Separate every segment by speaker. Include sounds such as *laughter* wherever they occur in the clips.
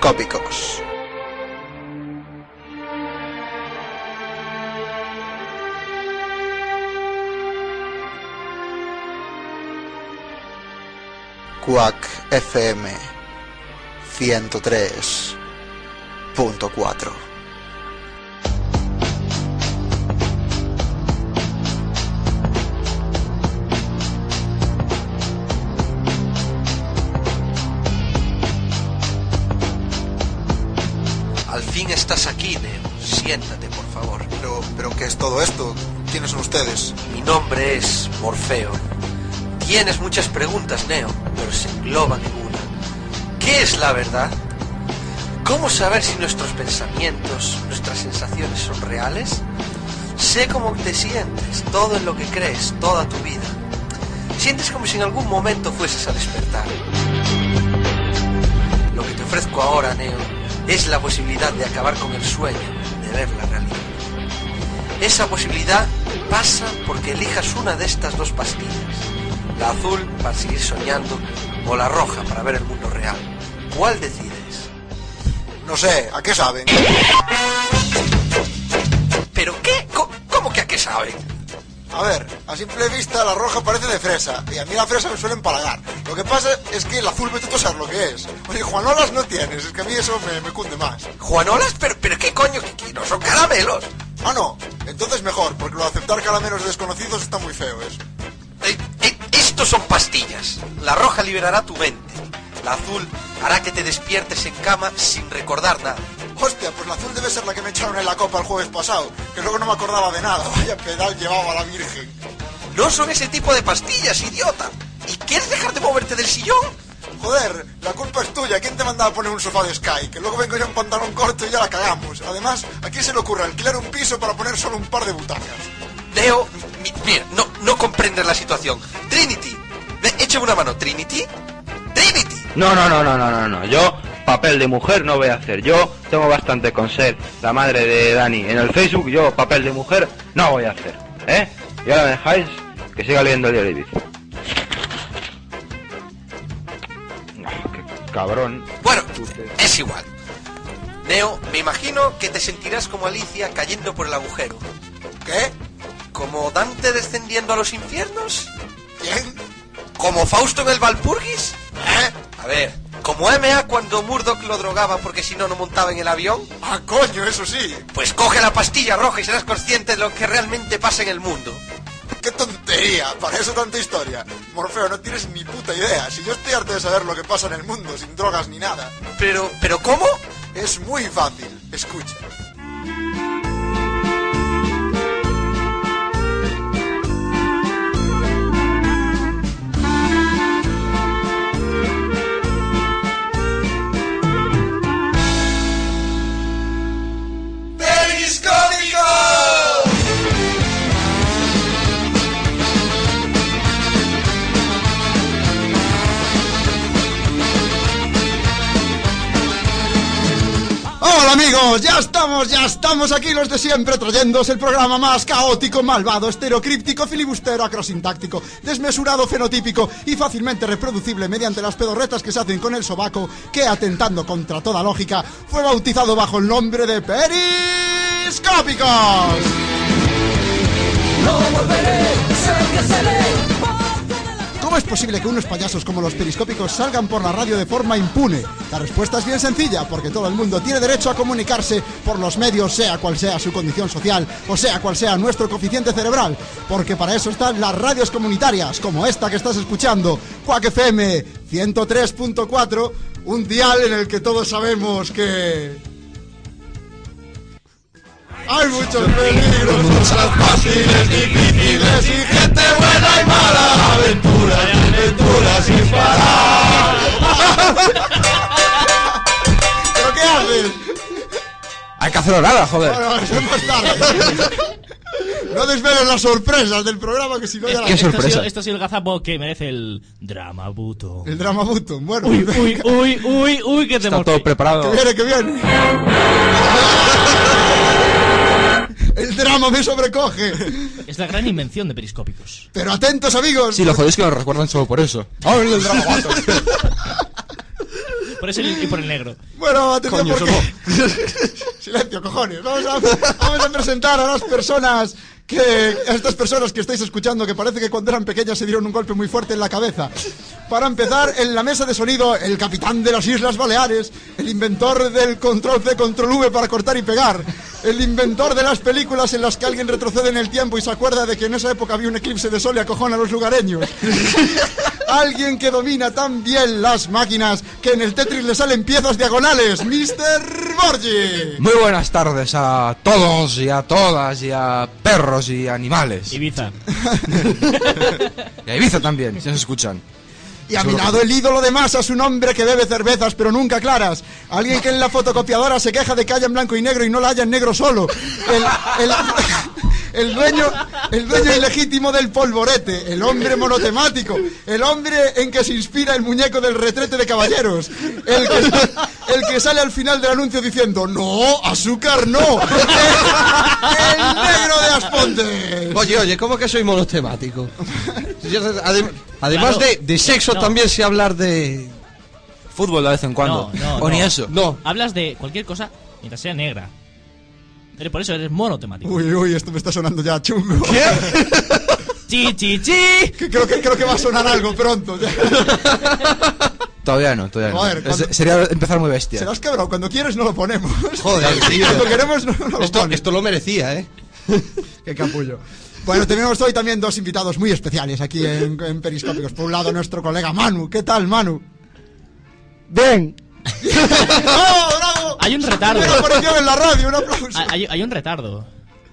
Speaker 1: Periscópicos. Quack FM 103.4
Speaker 2: Al fin estás aquí, Neo. Siéntate, por favor.
Speaker 1: Pero, pero ¿qué es todo esto? ¿Quiénes son ustedes?
Speaker 2: Mi nombre es Morfeo. Tienes muchas preguntas, Neo, pero se engloban en una. ¿Qué es la verdad? ¿Cómo saber si nuestros pensamientos, nuestras sensaciones son reales? Sé cómo te sientes, todo en lo que crees, toda tu vida. Sientes como si en algún momento fueses a despertar. Lo que te ofrezco ahora, Neo, es la posibilidad de acabar con el sueño, de ver la realidad. Esa posibilidad pasa porque elijas una de estas dos pastillas. La azul para seguir soñando o la roja para ver el mundo real. ¿Cuál decides?
Speaker 1: No sé, ¿a qué saben?
Speaker 2: ¿Pero qué? Co- ¿Cómo que a qué saben?
Speaker 1: A ver, a simple vista la roja parece de fresa y a mí la fresa me suele empalagar. Lo que pasa es que el azul vete tú a saber lo que es. Oye, Juanolas no tienes, es que a mí eso me, me cunde más.
Speaker 2: ¿Juanolas? ¿Pero, pero qué coño? ¿Qué- qué? ¿No son caramelos?
Speaker 1: Ah, no, entonces mejor, porque lo de aceptar caramelos desconocidos está muy feo eso.
Speaker 2: Eh, eh, estos son pastillas. La roja liberará tu mente. La azul hará que te despiertes en cama sin recordar nada.
Speaker 1: Hostia, pues la azul debe ser la que me echaron en la copa el jueves pasado, que luego no me acordaba de nada. *laughs* Vaya pedal llevaba la virgen.
Speaker 2: No son ese tipo de pastillas, idiota. ¿Y quieres dejar de moverte del sillón?
Speaker 1: Joder, la culpa es tuya. ¿Quién te mandaba a poner un sofá de Sky? Que luego vengo yo en pantalón corto y ya la cagamos. Además, ¿a quién se le ocurre alquilar un piso para poner solo un par de butacas?
Speaker 2: Leo, mi- mira, no, no comprendes la situación. Trinity, ve, échame una mano. Trinity, Trinity.
Speaker 3: No, no, no, no, no, no, no. Yo papel de mujer no voy a hacer. Yo tengo bastante con ser la madre de Dani en el Facebook. Yo papel de mujer no voy a hacer. ¿Eh? Y ahora me dejáis que siga leyendo el diario de Ibiza. Ah, Qué cabrón.
Speaker 2: Bueno,
Speaker 3: Usted.
Speaker 2: es igual. Neo, me imagino que te sentirás como Alicia cayendo por el agujero.
Speaker 1: ¿Qué?
Speaker 2: ¿Como Dante descendiendo a los infiernos?
Speaker 1: ¿Quién?
Speaker 2: ¿Como Fausto en el Valpurgis?
Speaker 1: ¿Eh?
Speaker 2: A ver, ¿como M.A. cuando Murdoch lo drogaba porque si no, no montaba en el avión?
Speaker 1: Ah, coño, eso sí.
Speaker 2: Pues coge la pastilla roja y serás consciente de lo que realmente pasa en el mundo.
Speaker 1: ¡Qué tontería! Para eso tanta historia. Morfeo, no tienes ni puta idea. Si yo estoy harto de saber lo que pasa en el mundo sin drogas ni nada.
Speaker 2: Pero, ¿pero cómo?
Speaker 1: Es muy fácil. Escucha. Hola amigos, ya estamos, ya estamos aquí los de siempre trayéndoos el programa más caótico, malvado, estereocríptico, filibustero, acrosintáctico, desmesurado, fenotípico y fácilmente reproducible mediante las pedorretas que se hacen con el sobaco que, atentando contra toda lógica, fue bautizado bajo el nombre de Periscópicos. ¿Cómo es posible que unos payasos como los periscópicos salgan por la radio de forma impune? La respuesta es bien sencilla, porque todo el mundo tiene derecho a comunicarse por los medios, sea cual sea su condición social o sea cual sea nuestro coeficiente cerebral, porque para eso están las radios comunitarias, como esta que estás escuchando, Quack FM 103.4, un dial en el que todos sabemos que... Hay muchos peligros, muchas fáciles, difíciles y gente buena
Speaker 4: hacer nada, joder.
Speaker 1: Bueno, es más tarde. No desveles las sorpresas del programa que si no ya la...
Speaker 4: Qué
Speaker 5: Esto ha
Speaker 4: sorpresa.
Speaker 5: sido- Esto ha sido el gazapo que merece el drama buto.
Speaker 1: El drama buto, bueno. *laughs*
Speaker 5: Uy, uy, uy, uy, uy, que te
Speaker 4: Está
Speaker 5: hemos-
Speaker 4: todo
Speaker 1: Que
Speaker 4: preparado.
Speaker 1: viene, que viene. El drama me sobrecoge.
Speaker 5: Es la gran invención de periscópicos.
Speaker 1: Pero atentos, amigos.
Speaker 4: Si lo jodéis que lo recuerdan solo por eso. ¡Ah, el del drama vato!
Speaker 5: Por eso y por el negro.
Speaker 1: Bueno, atención
Speaker 4: Coño,
Speaker 1: porque... Silencio, cojones. Vamos a, vamos a presentar a las personas que... A estas personas que estáis escuchando que parece que cuando eran pequeñas se dieron un golpe muy fuerte en la cabeza. Para empezar, en la mesa de sonido, el capitán de las Islas Baleares, el inventor del control C, control V para cortar y pegar, el inventor de las películas en las que alguien retrocede en el tiempo y se acuerda de que en esa época había un eclipse de sol y acojona a los lugareños. Alguien que domina tan bien las máquinas que en el Tetris le salen piezas diagonales, Mr. Borgi.
Speaker 4: Muy buenas tardes a todos y a todas y a perros y animales.
Speaker 5: Ibiza.
Speaker 4: Y a Ibiza también, si nos escuchan.
Speaker 1: Y a mi lado el ídolo de masas, un hombre que bebe cervezas pero nunca claras. Alguien que en la fotocopiadora se queja de que haya en blanco y negro y no la haya en negro solo. El, *laughs* el- el dueño, el dueño ilegítimo del polvorete, el hombre monotemático, el hombre en que se inspira el muñeco del retrete de caballeros, el que, el que sale al final del anuncio diciendo, no, azúcar no, el, el negro de Aspontes.
Speaker 2: Oye, oye, ¿cómo que
Speaker 4: *laughs*
Speaker 2: soy monotemático? Yo, adem- además
Speaker 5: Claro.
Speaker 2: de, de sexo,
Speaker 5: No.
Speaker 2: también sé hablar de.
Speaker 4: Fútbol de vez en cuando.
Speaker 5: No, no,
Speaker 4: o ni
Speaker 5: no.
Speaker 4: eso.
Speaker 2: No.
Speaker 5: Hablas de cualquier cosa mientras sea negra. Pero por eso eres monotemático.
Speaker 1: Uy, uy, esto me está sonando ya chungo.
Speaker 5: Chi, chi, chi.
Speaker 1: Que Creo que, creo que va a sonar algo pronto. ya.
Speaker 4: Todavía no, todavía no.
Speaker 1: Joder,
Speaker 4: Es-
Speaker 1: cuando-
Speaker 4: Sería empezar muy bestia.
Speaker 1: Serás cabrón, cuando quieres no lo ponemos. *laughs*
Speaker 2: Joder, tío.
Speaker 1: Cuando queremos no, no lo
Speaker 2: Esto,
Speaker 1: pones.
Speaker 2: esto lo merecía, ¿eh?
Speaker 1: Qué capullo. Bueno, tenemos hoy también dos invitados muy especiales aquí en, en Periscópicos. Por un lado, nuestro colega Manu. ¿Qué
Speaker 2: *laughs*
Speaker 1: tal, Manu?
Speaker 2: Bien.
Speaker 1: ¡Oh, bravo!
Speaker 5: Hay un retardo.
Speaker 1: Primera aparición en la radio, un aplauso.
Speaker 5: Ah, Hay, hay un retardo.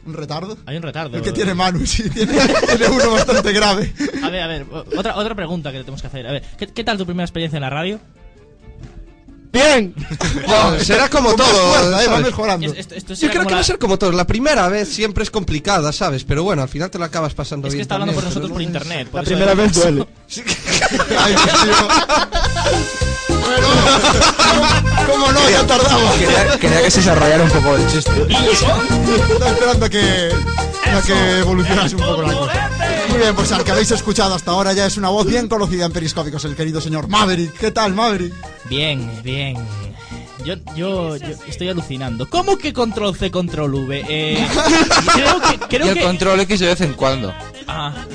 Speaker 1: ¿Un retardo?
Speaker 5: Hay un retardo.
Speaker 1: El que tiene Manu, sí, tiene, tiene uno bastante grave.
Speaker 5: A ver, a ver. o- Otra, otra pregunta que te tenemos que hacer. A ver, ¿qué, qué tal tu primera experiencia en la radio?
Speaker 2: Bien. será como
Speaker 1: Con más
Speaker 2: todo.
Speaker 1: fuerza, eh, va
Speaker 2: ¿sabes?
Speaker 1: mejorando.
Speaker 5: Es- esto- esto
Speaker 2: Yo
Speaker 5: será
Speaker 2: creo
Speaker 5: como
Speaker 2: que va
Speaker 5: la-
Speaker 2: a ser como todo. La primera vez siempre es complicada, ¿sabes? Pero bueno, al final te la acabas pasando
Speaker 5: Es
Speaker 2: bien.
Speaker 5: que está hablando por
Speaker 2: también,
Speaker 5: nosotros
Speaker 2: pero
Speaker 5: por
Speaker 2: bueno,
Speaker 5: internet. por
Speaker 6: La
Speaker 5: eso-
Speaker 6: primera vez duele.
Speaker 1: *laughs*
Speaker 2: *laughs*
Speaker 1: Ay, tío. Bueno, cómo no, ya tardaba.
Speaker 4: *laughs* Quería, quería que se desarrollara un poco el chiste.
Speaker 1: Estaba esperando a que, a que evolucionase un poco la cosa. Muy bien, pues al que habéis escuchado hasta ahora ya es una voz bien conocida en Periscópicos, el querido señor Maverick. ¿Qué tal, Maverick?
Speaker 5: Bien, bien. Yo, yo, yo estoy alucinando. ¿Cómo que control C, control V? Eh, creo que. Creo
Speaker 4: y el
Speaker 5: que...
Speaker 4: control X de vez en cuando.
Speaker 5: Ah,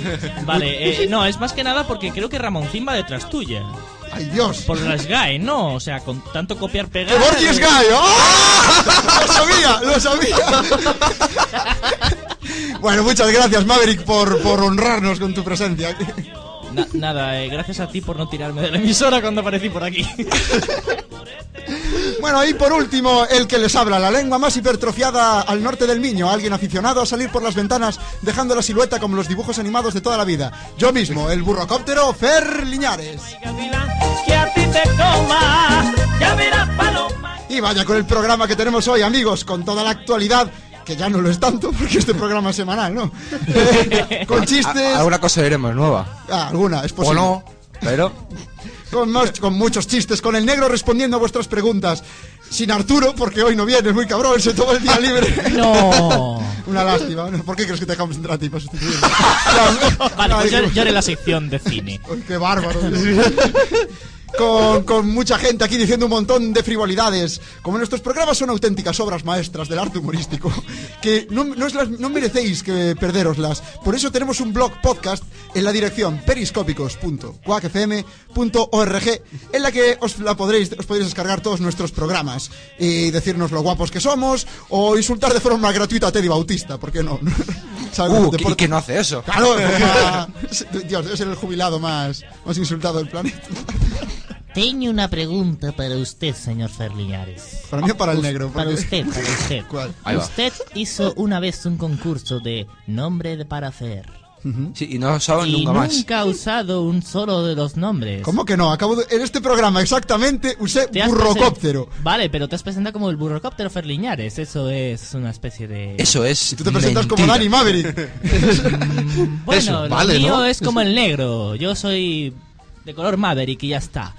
Speaker 5: vale. eh, no, es más que nada porque creo que Ramoncín va detrás tuya.
Speaker 1: ¡Ay, Dios!
Speaker 5: Por las GAE, ¿no? O sea, con tanto copiar, pegar.
Speaker 1: ¡Que Borgi es E!
Speaker 5: eh,
Speaker 1: gay! ¡Ah! ¡Lo sabía! ¡Lo sabía! Bueno, muchas gracias, Maverick, por, por honrarnos con tu presencia.
Speaker 5: na- nada, eh, gracias a ti por no tirarme de la emisora cuando aparecí por aquí.
Speaker 1: Bueno, y por último, el que les habla, la lengua más hipertrofiada al norte del Miño, alguien aficionado a salir por las ventanas dejando la silueta como los dibujos animados de toda la vida. Yo mismo, el burrocóptero Fer Liñares. Y vaya con el programa que tenemos hoy, amigos, con toda la actualidad, que ya no lo es tanto porque este programa es semanal, ¿no? Eh, con chistes...
Speaker 4: A- alguna cosa veremos nueva.
Speaker 1: Ah, alguna, es
Speaker 4: O
Speaker 1: posible.
Speaker 4: no,
Speaker 1: *laughs*
Speaker 4: pero.
Speaker 1: Con, más- con muchos chistes, con el negro respondiendo a vuestras preguntas. Sin Arturo, porque hoy no viene, es muy cabrón, se toma el día libre. *laughs*
Speaker 5: No.
Speaker 1: Una lástima. ¿no? ¿Por qué crees que te dejamos entrar a ti para sustituirlo?
Speaker 5: Vale, pues
Speaker 1: Ay,
Speaker 5: yo, yo haré la sección de cine.
Speaker 1: uy, ¡Qué bárbaro! Con, con mucha gente aquí diciendo un montón de frivolidades. Como nuestros programas son auténticas obras maestras del arte humorístico, que no, no, es las- no merecéis que perderoslas. Por eso tenemos un blog podcast en la dirección periscópicos.cuacfm.org en la que os, la podréis, os podréis descargar todos nuestros programas y decirnos lo guapos que somos o insultar de forma gratuita a Teddy Bautista, ¿por qué no? *laughs* ¿Sabes?
Speaker 4: Uh,
Speaker 1: Te
Speaker 4: ¿y
Speaker 1: por-
Speaker 4: que no hace eso?
Speaker 1: Claro, era- Dios, debe ser el jubilado más, más insultado del planeta.
Speaker 7: Tengo una pregunta para usted, señor Ferliñares.
Speaker 1: Para mí o para el
Speaker 7: Us-
Speaker 1: negro.
Speaker 7: Para
Speaker 1: porque-
Speaker 7: usted, para usted.
Speaker 1: ¿Cuál?
Speaker 4: Ahí va.
Speaker 7: Usted hizo una vez un concurso de nombre de para hacer.
Speaker 4: Sí, y no saben
Speaker 5: Y
Speaker 4: nunca más.
Speaker 5: nunca ha usado un solo de los nombres.
Speaker 1: ¿Cómo que no? Acabo de- En este programa exactamente usé
Speaker 5: Te has
Speaker 1: burrocóptero.
Speaker 5: presen- Vale, pero te has presentado como el burrocóptero Ferliñares. Eso es una especie de.
Speaker 4: Eso es.
Speaker 1: Y tú te presentas como
Speaker 4: mentira.
Speaker 1: Danny Maverick.
Speaker 5: bueno,
Speaker 2: eso,
Speaker 5: lo
Speaker 2: vale,
Speaker 5: mío
Speaker 2: ¿no?
Speaker 5: es como el negro. Yo soy de color Maverick y ya está.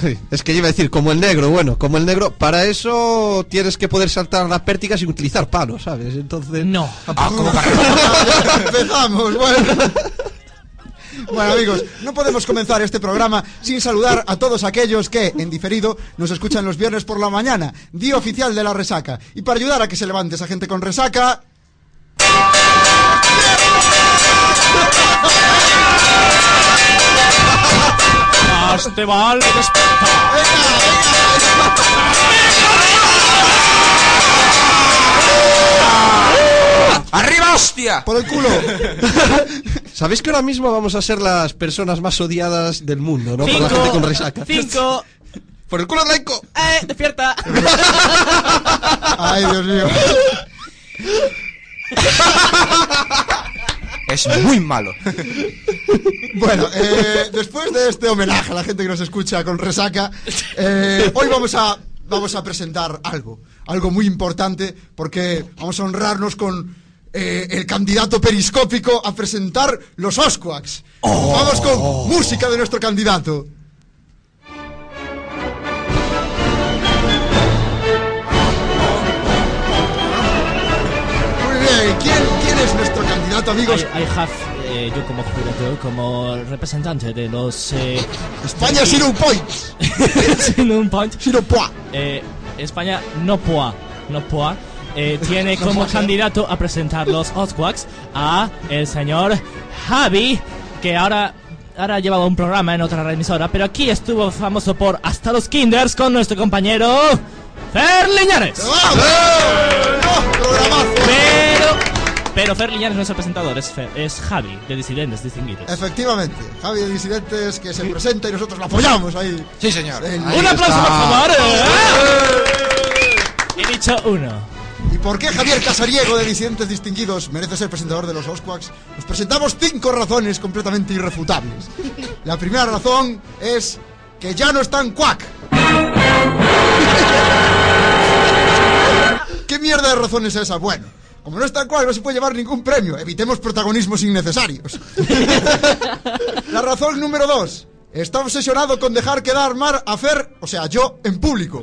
Speaker 2: Sí, Es que yo iba a decir, como el negro, bueno, como el negro, para eso tienes que poder saltar las pértigas sin utilizar palos, ¿sabes? Entonces...
Speaker 5: No.
Speaker 4: Ah,
Speaker 1: *laughs*
Speaker 4: como para-
Speaker 1: Empezamos, bueno. Bueno amigos, no podemos comenzar este programa sin saludar a todos aquellos que, en diferido, nos escuchan los viernes por la mañana, día oficial de la resaca. Y para ayudar a que se levante esa gente con resaca...
Speaker 5: te vale
Speaker 4: ¡Arriba, hostia!
Speaker 1: Por el culo.
Speaker 2: ¿Sabéis que ahora mismo vamos a ser las personas más odiadas del mundo, ¿no? Por la gente con resaca.
Speaker 5: Cinco.
Speaker 2: Por el culo blanco.
Speaker 5: ¡Eh! ¡Despierta!
Speaker 1: Ay, Dios mío.
Speaker 4: Es muy malo.
Speaker 1: Bueno, eh, después de este homenaje a la gente que nos escucha con resaca, eh, hoy vamos a, vamos a presentar algo, algo muy importante, porque vamos a honrarnos con eh, el candidato periscópico a presentar los Osquaks. Vamos con música de nuestro candidato. Muy bien, ¿quién, quién es nuestro candidato, amigos?
Speaker 5: I, I have, eh, yo como jurado, como representante de los. Eh, *laughs*
Speaker 1: España Zero Points.
Speaker 5: sin un punch,
Speaker 1: Zero Point.
Speaker 5: eh, España no poa, no poa, eh, tiene como candidato a presentar los Osquaks a el señor Javi, que ahora ahora llevaba un programa en otra emisora, pero aquí estuvo famoso por Hasta los Kinders con nuestro compañero Fer Liñares.
Speaker 1: ¡Vamos! ¡No! ¡Programazo!
Speaker 5: Pero pero Fer Liñares no es el presentador, es, Fer- es Javi de Disidentes Distinguidos.
Speaker 1: Efectivamente, Javi de Disidentes que se presenta y nosotros lo apoyamos ahí.
Speaker 4: Sí, señor.
Speaker 1: El-
Speaker 4: Ahí
Speaker 5: un aplauso por
Speaker 4: está.
Speaker 5: favor. ¡Eh! He dicho uno.
Speaker 1: ¿Y por qué Javier Casariego de Disidentes Distinguidos merece ser presentador de los Osquaks? Nos presentamos cinco razones completamente irrefutables. La primera razón es que ya no están cuac. *laughs* ¿Qué mierda de razón es esa? Bueno, como no están cuac no se puede llevar ningún premio. Evitemos protagonismos innecesarios. *laughs* La razón número dos. Está obsesionado con dejar quedar mar a Fer, o sea, yo, en público.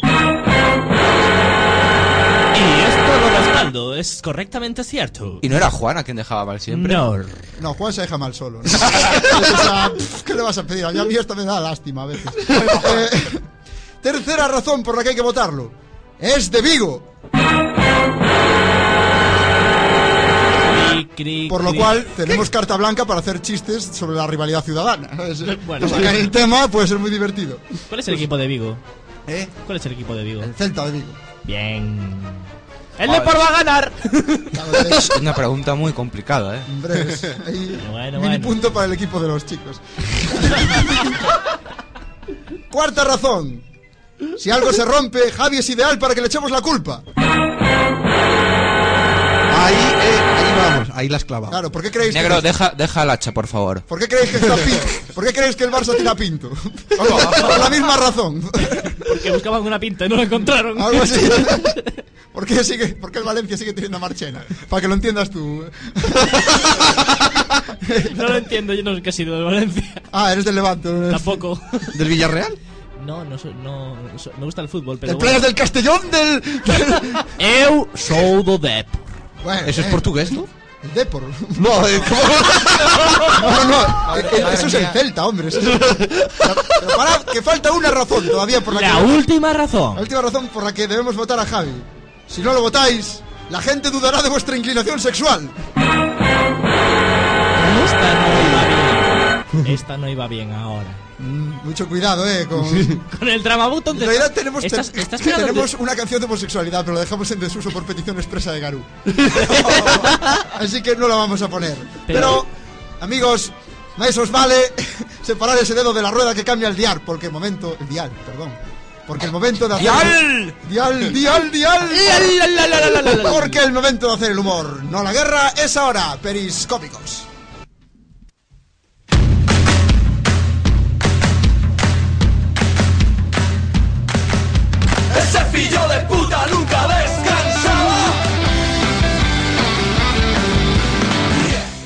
Speaker 5: Y esto lo respaldo, es correctamente cierto.
Speaker 4: Y no era Juana quien dejaba mal siempre.
Speaker 5: No.
Speaker 1: No, Juan se deja mal solo. ¿no? *laughs* O sea, pf, ¿Qué le vas a pedir? A mí, a mí esto me da lástima a veces. Eh, tercera razón por la que hay que votarlo. Es de Vigo.
Speaker 5: Cri, cri,
Speaker 1: Por lo
Speaker 5: cri.
Speaker 1: cual, tenemos carta blanca para hacer chistes sobre la rivalidad ciudadana. *laughs* Es-
Speaker 5: Bueno.
Speaker 1: Nos sacan el tema puede ser muy divertido.
Speaker 5: ¿Cuál es el equipo de Vigo?
Speaker 1: pues, ¿Eh?
Speaker 5: ¿Cuál es el equipo de Vigo?
Speaker 1: El Celta de Vigo.
Speaker 5: Bien. El
Speaker 4: Vale.
Speaker 5: Depor va a ganar.
Speaker 1: Ya lo veréis.
Speaker 4: Es una pregunta muy complicada, ¿eh?
Speaker 1: En
Speaker 5: *laughs*
Speaker 1: breves. Ahí,
Speaker 5: Bueno,
Speaker 1: mini
Speaker 5: bueno.
Speaker 1: punto para el equipo de los chicos. *laughs* Cuarta razón. Si algo se rompe, Javi es ideal para que le echemos la culpa.
Speaker 2: Ahí, eh, ahí vamos, ahí las clavamos.
Speaker 1: Claro, ¿por qué creéis
Speaker 4: Negro,
Speaker 1: que...
Speaker 4: deja, deja el hacha, por favor.
Speaker 1: ¿Por qué creéis que está Pinto? ¿Por qué creéis que el Barça tira Pinto? *laughs* Por la misma razón. *laughs*
Speaker 5: Porque buscaban una pinta y no la encontraron.
Speaker 1: Algo así. ¿Por qué, sigue, por qué el Valencia sigue teniendo a Marchena? Para que lo entiendas tú.
Speaker 5: No lo entiendo, yo no sé qué ha sido de Valencia.
Speaker 1: Ah, eres del Levante.
Speaker 5: Tampoco.
Speaker 2: ¿Del Villarreal?
Speaker 5: No, no, soy- no, no soy- me gusta el fútbol, pero
Speaker 1: El
Speaker 5: bueno.
Speaker 1: Playas del Castellón del... del-
Speaker 5: *laughs* Eu sou do Depor.
Speaker 1: Bueno,
Speaker 2: Eso es
Speaker 1: eh,
Speaker 2: portugués, ¿no?
Speaker 1: El Depor. *laughs*
Speaker 2: No, eh,
Speaker 1: No, no, eh, eh, eso es el Celta, hombre. eso es el- Pero parad, que falta una razón todavía por la,
Speaker 5: La
Speaker 1: que...
Speaker 5: última
Speaker 1: La
Speaker 5: razón.
Speaker 1: última razón por la que debemos votar a Javi. Si no lo votáis, la gente dudará de vuestra inclinación sexual.
Speaker 5: Esta no iba bien. Esta no iba bien ahora.
Speaker 1: Mm, Mucho cuidado, eh, con...
Speaker 5: Con el dramabuto
Speaker 1: En realidad tenemos,
Speaker 5: estás,
Speaker 1: te-
Speaker 5: estás creando-
Speaker 1: *laughs* tenemos una canción de homosexualidad, pero la dejamos en desuso por petición expresa de
Speaker 5: *laughs*
Speaker 1: Garú. Así que no la vamos a poner. Pero,
Speaker 5: Pero-
Speaker 1: amigos, más os vale *laughs* separar ese dedo de la rueda que cambia el dial, porque el momento... El dial, perdón. Porque el momento de hacer...
Speaker 4: ¡Dial!
Speaker 1: ¡Dial, dial, dial!
Speaker 5: *laughs* La, la, la, la, la, la, la.
Speaker 1: Porque el momento de hacer el humor, no la guerra, es ahora. Periscópicos.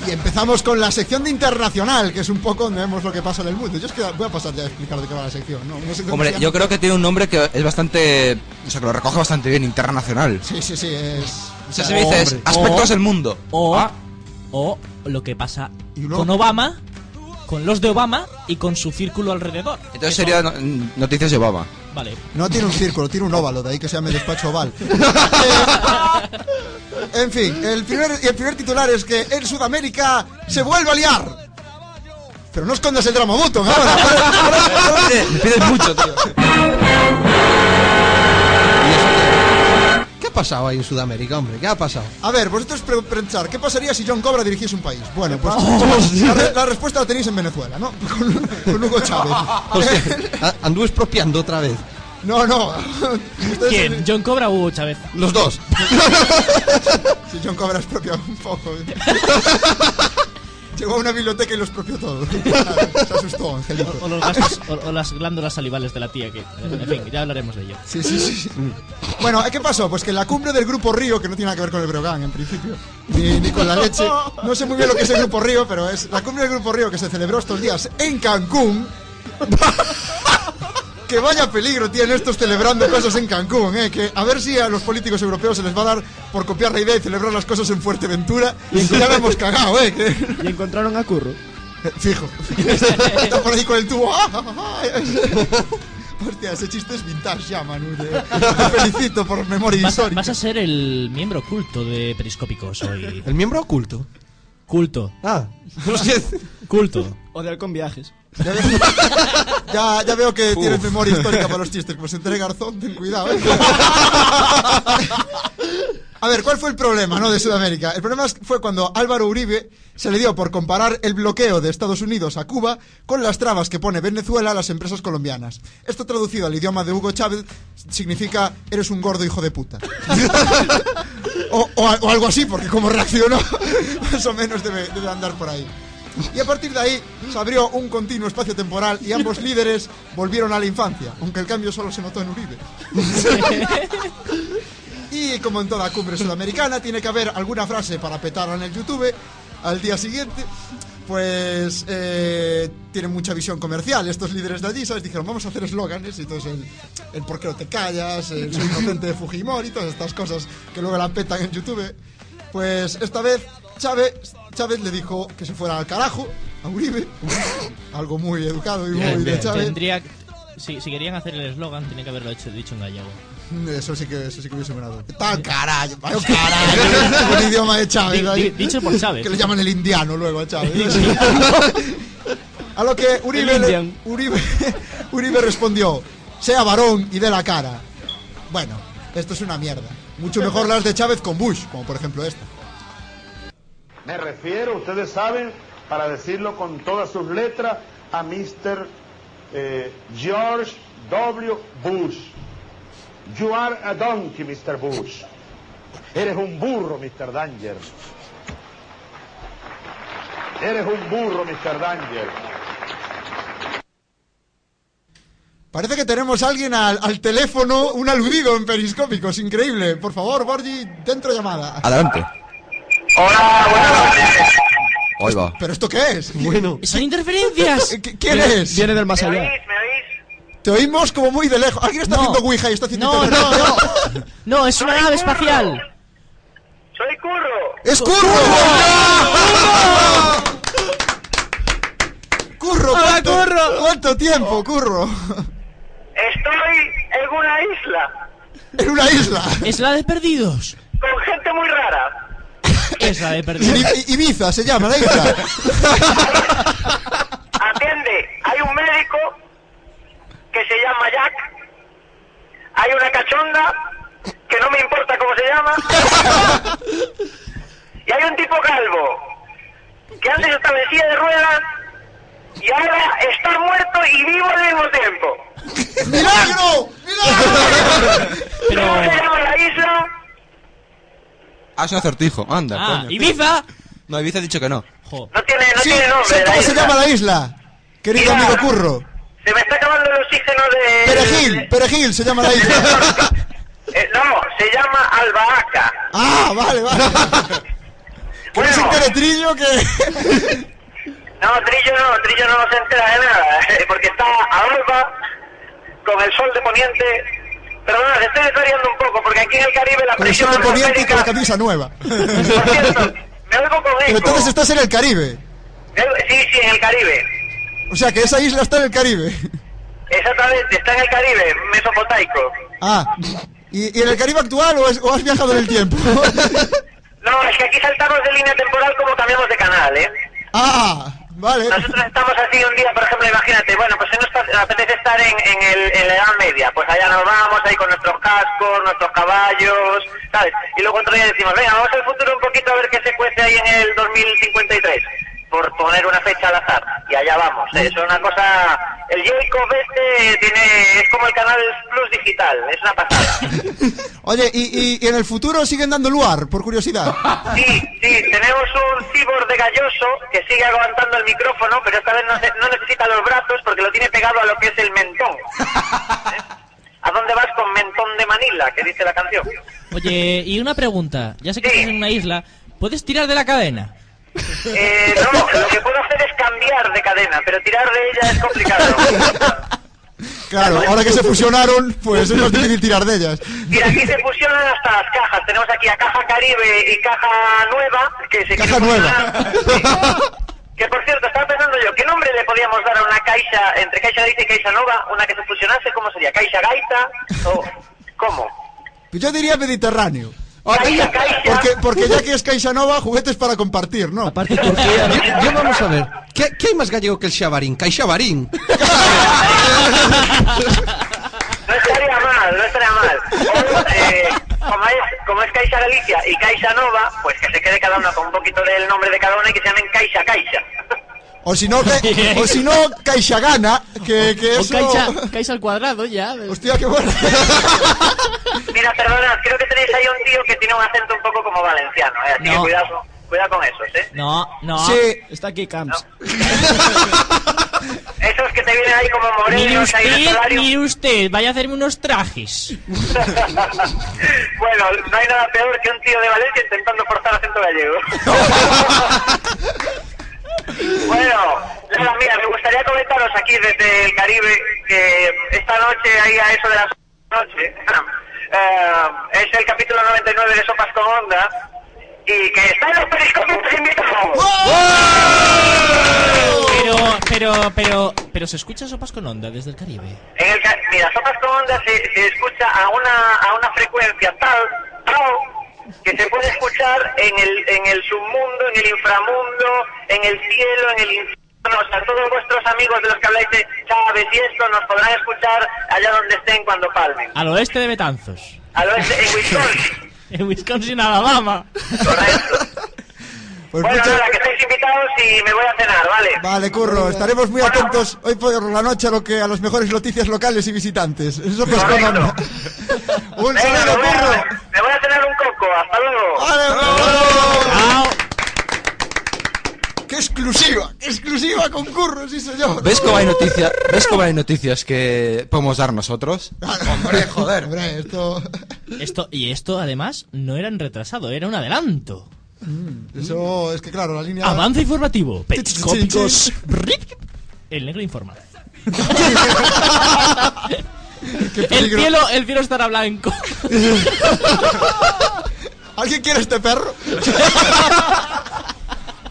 Speaker 1: Empezamos con la sección de internacional, que es un poco donde vemos lo que pasa en el mundo. Yo es que voy a pasar ya a explicar de qué va la sección. No, Una sección
Speaker 8: Hombre,
Speaker 1: que se
Speaker 8: yo
Speaker 1: llama-
Speaker 8: creo que tiene un nombre que es bastante. O sea, que lo recoge bastante bien, internacional.
Speaker 1: Sí, sí, sí, es.
Speaker 8: O sea, se me dice es
Speaker 5: Hombre.
Speaker 8: aspectos
Speaker 4: Oh.
Speaker 5: O-
Speaker 8: del mundo.
Speaker 5: O,
Speaker 8: Ah,
Speaker 5: o lo que pasa
Speaker 1: Y luego-
Speaker 5: con Obama, con los de Obama y con su círculo alrededor.
Speaker 8: entonces
Speaker 5: Que
Speaker 8: sería
Speaker 5: son-
Speaker 8: no- noticias de Obama.
Speaker 5: Vale.
Speaker 1: No tiene un círculo, tiene un óvalo, de ahí que se llame despacho
Speaker 8: *laughs*
Speaker 1: oval. Eh, en fin, el primer, y el primer titular es que en Sudamérica se vuelve a liar. Pero no *laughs* escondas el drama mutuo, cabrón.
Speaker 8: Me pides mucho, tío.
Speaker 9: ¿Qué ha pasado ahí en Sudamérica, hombre? ¿Qué ha pasado?
Speaker 1: A ver, vosotros pre- pensar, ¿qué pasaría si John Cobra dirigiese un país? Bueno,
Speaker 8: *laughs*
Speaker 1: pues la, re- la respuesta la tenéis en Venezuela, ¿no? *laughs* Con, con Hugo Chávez.
Speaker 9: A- Anduve expropiando otra vez.
Speaker 1: No, no. Ustedes-
Speaker 5: ¿Quién? ¿John Cobra o Hugo Chávez?
Speaker 9: Los dos.
Speaker 1: Si John Cobra expropió un poco. ¿eh? Llegó a una biblioteca y lo expropió todo. Se asustó, Angelito.
Speaker 5: O, o los gastos, o, o las glándulas salivales de la tía que... En fin, ya hablaremos de ello.
Speaker 1: Sí, sí, sí, sí. Bueno, ¿eh, ¿qué pasó? Pues que la cumbre del Grupo Río, que no tiene nada que ver con el Breogán en principio, ni, ni con la leche, no sé muy bien lo que es el Grupo Río, pero es la cumbre del Grupo Río que se celebró estos días en Cancún. Que vaya peligro tienen estos celebrando cosas en Cancún, ¿eh? Que a ver si a los políticos europeos se les va a dar por copiar la idea y celebrar las cosas en Fuerteventura. Y ya la hemos cagado, ¿eh? Que-
Speaker 10: *laughs*
Speaker 1: Eh,
Speaker 10: Y encontraron a Curro.
Speaker 1: Fijo. *laughs* Está por ahí con el tubo. ¡Ah, ah,
Speaker 5: *laughs*
Speaker 1: ah! Hostia, ese chiste es vintage ya, Manu. Te, te felicito por memoria
Speaker 5: Vas, a-
Speaker 1: histórica.
Speaker 5: vas a ser el miembro culto de
Speaker 1: *laughs*
Speaker 5: Periscópicos hoy.
Speaker 9: El miembro oculto.
Speaker 5: Culto,
Speaker 9: Ah, no sé.
Speaker 5: culto.
Speaker 10: O de Halcón Viajes.
Speaker 1: Ya, veo- ya- ya veo que tienes memoria histórica para los chistes. Como se entere Garzón, ten cuidado. ¿eh? A ver, ¿cuál fue el problema no, de Sudamérica? El problema es- fue cuando Álvaro Uribe se le dio por comparar el bloqueo de Estados Unidos a Cuba con las trabas que pone Venezuela a las empresas colombianas. Esto traducido al idioma de Hugo Chávez significa eres un gordo hijo de puta. *laughs* o, o a- o algo así, porque como reaccionó, *laughs* más o menos debe, debe andar por ahí. Y a partir de ahí se abrió un continuo espacio temporal y ambos líderes volvieron a la infancia, aunque el cambio solo se notó en Uribe. Y como en toda cumbre sudamericana, tiene que haber alguna frase para petarla en el YouTube al día siguiente. Pues eh, tienen mucha visión comercial estos líderes de allí, ¿sabes? Dijeron, vamos a hacer eslóganes y entonces el, el por qué no te callas, el soy inocente de Fujimori, todas estas cosas que luego la petan en YouTube. Pues esta vez Chávez, Chávez le dijo que se fuera al carajo a Uribe, *laughs* algo muy educado y muy de Chávez.
Speaker 5: Tendría... Si, si querían hacer el eslogan, tenía que haberlo hecho, dicho en gallego.
Speaker 1: *laughs* Eso sí que, eso sí que hubiese ganado. Tal carajo, vaya carajo. Un idioma de Chávez.
Speaker 5: Di- di-
Speaker 1: ahí.
Speaker 5: dicho por Chávez.
Speaker 1: Que le llaman el indiano luego a
Speaker 5: *laughs*
Speaker 1: Chávez. a lo que Uribe,
Speaker 10: El
Speaker 1: le-
Speaker 10: Indian.
Speaker 1: Uribe, *laughs* Uribe respondió: sea varón y de la cara. Bueno, esto es una mierda. Mucho mejor las de Chávez con Bush, como por ejemplo esta.
Speaker 11: Me refiero, ustedes saben, para decirlo con todas sus letras, a Mr. eh, George W. Bush. You are a donkey, Mr. Bush. Eres un burro, Mr. Danger. Eres un burro, Mr. Danger.
Speaker 1: Parece que tenemos a alguien al, al teléfono, un aludido en periscópicos, increíble. Por favor, Borgi, dentro llamada.
Speaker 8: Adelante. Hola, buenas noches. Ahí va.
Speaker 1: ¿Pero esto qué es?
Speaker 9: Bueno.
Speaker 1: *laughs*
Speaker 5: ¡Son interferencias!
Speaker 1: ¿Qui- ¿Quién es?
Speaker 10: Viene del más allá.
Speaker 1: Te oímos como muy de lejos. Alguien está
Speaker 5: No.
Speaker 1: haciendo Ouija y está haciendo
Speaker 5: No, no,
Speaker 1: interferencia.
Speaker 5: no. No, es una nave espacial.
Speaker 11: Soy Curro.
Speaker 1: *laughs* ¡Es Curro! ¡Curro! ¿cuánto, ¿Cuánto tiempo, Curro? *laughs*
Speaker 11: Estoy en una isla
Speaker 1: En una isla.
Speaker 5: Es la de perdidos.
Speaker 11: con gente muy rara.
Speaker 5: *laughs* Es la de
Speaker 1: En
Speaker 5: perdidos.
Speaker 1: I- Ibiza se llama la isla.
Speaker 11: Atiende, hay un médico que se llama Jack, hay una cachonda que no me importa cómo se llama, y hay un tipo calvo que antes estaba en silla de ruedas y ahora está muerto y vivo al mismo tiempo.
Speaker 1: ¡Milagro! ¡Milagro!
Speaker 5: Pero...
Speaker 1: *laughs*
Speaker 11: ¿Cómo se llama la isla?
Speaker 8: Ah, es un acertijo. Anda,
Speaker 5: ¡Ah!
Speaker 8: coño.
Speaker 5: ¡Ibiza!
Speaker 8: No, Ibiza ha dicho que no.
Speaker 5: Jo.
Speaker 11: No tiene, *laughs* no
Speaker 1: Sí,
Speaker 11: tiene nombre.
Speaker 1: sé
Speaker 11: la
Speaker 1: cómo se
Speaker 11: isla.
Speaker 1: llama la isla. Querido
Speaker 11: Mira.
Speaker 1: amigo Curro.
Speaker 11: Se me está acabando el oxígeno de...
Speaker 1: Perejil, Perejil se llama la isla.
Speaker 11: *laughs* Eh, no, se llama Albahaca.
Speaker 1: Ah, vale, vale. Que no se entere Trillo que...
Speaker 11: No, Trillo no, Trillo no se entera de nada, *laughs* porque está a alba, con el sol de poniente. Perdona, se estoy desvariando un poco, porque aquí en el Caribe la
Speaker 1: *laughs* Con el
Speaker 11: presión
Speaker 1: sol de poniente y con la
Speaker 11: atmosférica...
Speaker 1: camisa nueva. *laughs*
Speaker 11: Por cierto, me oigo con
Speaker 1: Pero
Speaker 11: eco.
Speaker 1: entonces estás en el Caribe.
Speaker 11: Me oigo- Sí, sí, en el Caribe.
Speaker 1: O sea, que esa isla está en el Caribe.
Speaker 11: Exactamente, está en el Caribe, mesopotaico.
Speaker 1: Ah, ¿y, y en el Caribe actual o, es- o has viajado en el tiempo? *laughs*
Speaker 11: No, es que aquí saltamos de línea temporal como cambiamos de canal, ¿eh?
Speaker 1: ah, vale.
Speaker 11: Nosotros estamos así un día, por ejemplo, imagínate, bueno, pues si nos pa- apetece estar en, en el, en la Edad Media, pues allá nos vamos, ahí con nuestros cascos, nuestros caballos, ¿sabes? Y luego otro día decimos, venga, vamos al futuro un poquito a ver qué se cuece ahí en el 2053, por poner una fecha al azar, y allá vamos, ¿eh? es una cosa... El Jacob este tiene, es como el canal Plus Digital, es una pasada.
Speaker 1: Oye, ¿y, y, y en el futuro siguen dando lugar, por curiosidad?
Speaker 11: Sí, sí, tenemos un cibor de galloso que sigue aguantando el micrófono, pero esta vez no, se- no necesita los brazos porque lo tiene pegado a lo que es el mentón. ¿Eh? ¿A dónde vas con mentón de Manila, que dice la canción?
Speaker 5: Oye, y una pregunta. Ya sé que estás en una isla. ¿Puedes tirar de la cadena?
Speaker 11: Eh, no, lo que puedo hacer es cambiar de cadena, pero tirar de ella es complicado.
Speaker 1: Claro, ahora que se fusionaron, pues es más difícil tirar de ellas.
Speaker 11: Mira, aquí se fusionan hasta las cajas. Tenemos aquí a Caja Caribe y Caja Nueva, que se
Speaker 1: Caja nueva.
Speaker 11: Que por cierto, estaba pensando yo, ¿qué nombre le podíamos dar a una caixa, entre Caixa Gaita y Caixa Nova, una que se fusionase? ¿Cómo sería? ¿Caixa Gaita? ¿O cómo?
Speaker 1: Pues Yo diría Mediterráneo.
Speaker 11: Caixa, Caixa.
Speaker 1: Porque, porque ya que es Caixanova, juguetes para compartir, ¿no? Aparte
Speaker 5: *laughs*
Speaker 2: Yo, yo vamos a ver. ¿Qué, qué hay más gallego que el Xabarín? ¡Caixabarín!
Speaker 11: No estaría mal, no estaría mal. O, eh, como, es, como es Caixa Galicia y Caixa Nova, pues que se quede cada una con un poquito del nombre de cada una y que se llamen Caixa Caixa.
Speaker 1: O si no,
Speaker 4: *laughs*
Speaker 1: que- o si no Caixagana, que, que
Speaker 12: O
Speaker 1: eso...
Speaker 12: Caixa, Caixa al cuadrado ya.
Speaker 1: Hostia, qué bueno. *laughs*
Speaker 11: Mira, perdona, creo que tenéis ahí un tío que tiene un acento un poco como valenciano, ¿eh? así que
Speaker 5: No.
Speaker 11: cuidado, cuidado con esos, ¿eh?
Speaker 5: No, no.
Speaker 1: Sí.
Speaker 6: Está aquí Camps.
Speaker 11: Esos que te vienen ahí como
Speaker 5: Mire
Speaker 11: morenos, ahí en el
Speaker 5: usted,
Speaker 11: salario.
Speaker 5: mire usted, vaya a hacerme unos trajes.
Speaker 11: bueno, no hay nada peor que un tío de Valencia intentando forzar acento
Speaker 5: *laughs*
Speaker 11: gallego. bueno, nada, mira, me gustaría comentaros aquí desde el Caribe que esta noche, ahí a eso de las noche, *laughs* eh, es el capítulo 99 de Sopas con Onda y que está en los periscopios invitados.
Speaker 5: Pero, pero, pero, pero se escucha sopas con onda desde el Caribe.
Speaker 11: En el ca- mira, Sopas con Onda se, se escucha a una, a una frecuencia tal, tal, que se puede escuchar en el, en el submundo, en el inframundo, en el cielo, en el infierno. O sea, todos vuestros amigos de los que habláis de Chávez y esto nos podrán escuchar allá donde estén cuando palmen.
Speaker 5: Al oeste de Betanzos.
Speaker 11: Al oeste, en Wisconsin.
Speaker 5: En Wisconsin, Alabama.
Speaker 11: bueno, nada, que estáis invitados y me voy a cenar, ¿vale?
Speaker 1: Pues Vale, curro, estaremos muy atentos hoy por la noche a lo que a las mejores noticias locales y visitantes. Eso que os
Speaker 11: Correcto.
Speaker 1: coman.
Speaker 11: *laughs*
Speaker 1: Un
Speaker 11: Venga,
Speaker 1: saludo,
Speaker 11: me voy a-
Speaker 1: curro.
Speaker 11: Me voy a cenar un coco, hasta luego.
Speaker 1: ¡Qué exclusiva! ¡Qué exclusiva con curro, sí señor!
Speaker 4: *laughs* ¿Ves cómo hay noticias? ¿Ves cómo hay noticias que podemos dar nosotros?
Speaker 1: *laughs* Hombre, joder. Hombre, esto...
Speaker 5: Esto, y esto además no era en retrasado, era un adelanto.
Speaker 1: Eso es que claro, la línea...
Speaker 4: Ah,
Speaker 5: Avance informativo. Periscópicos.
Speaker 1: Sí,
Speaker 5: El negro informa.
Speaker 1: Qué
Speaker 5: El
Speaker 1: peligro.
Speaker 5: cielo, el cielo estará blanco.
Speaker 1: ¿Alguien quiere este perro? *laughs*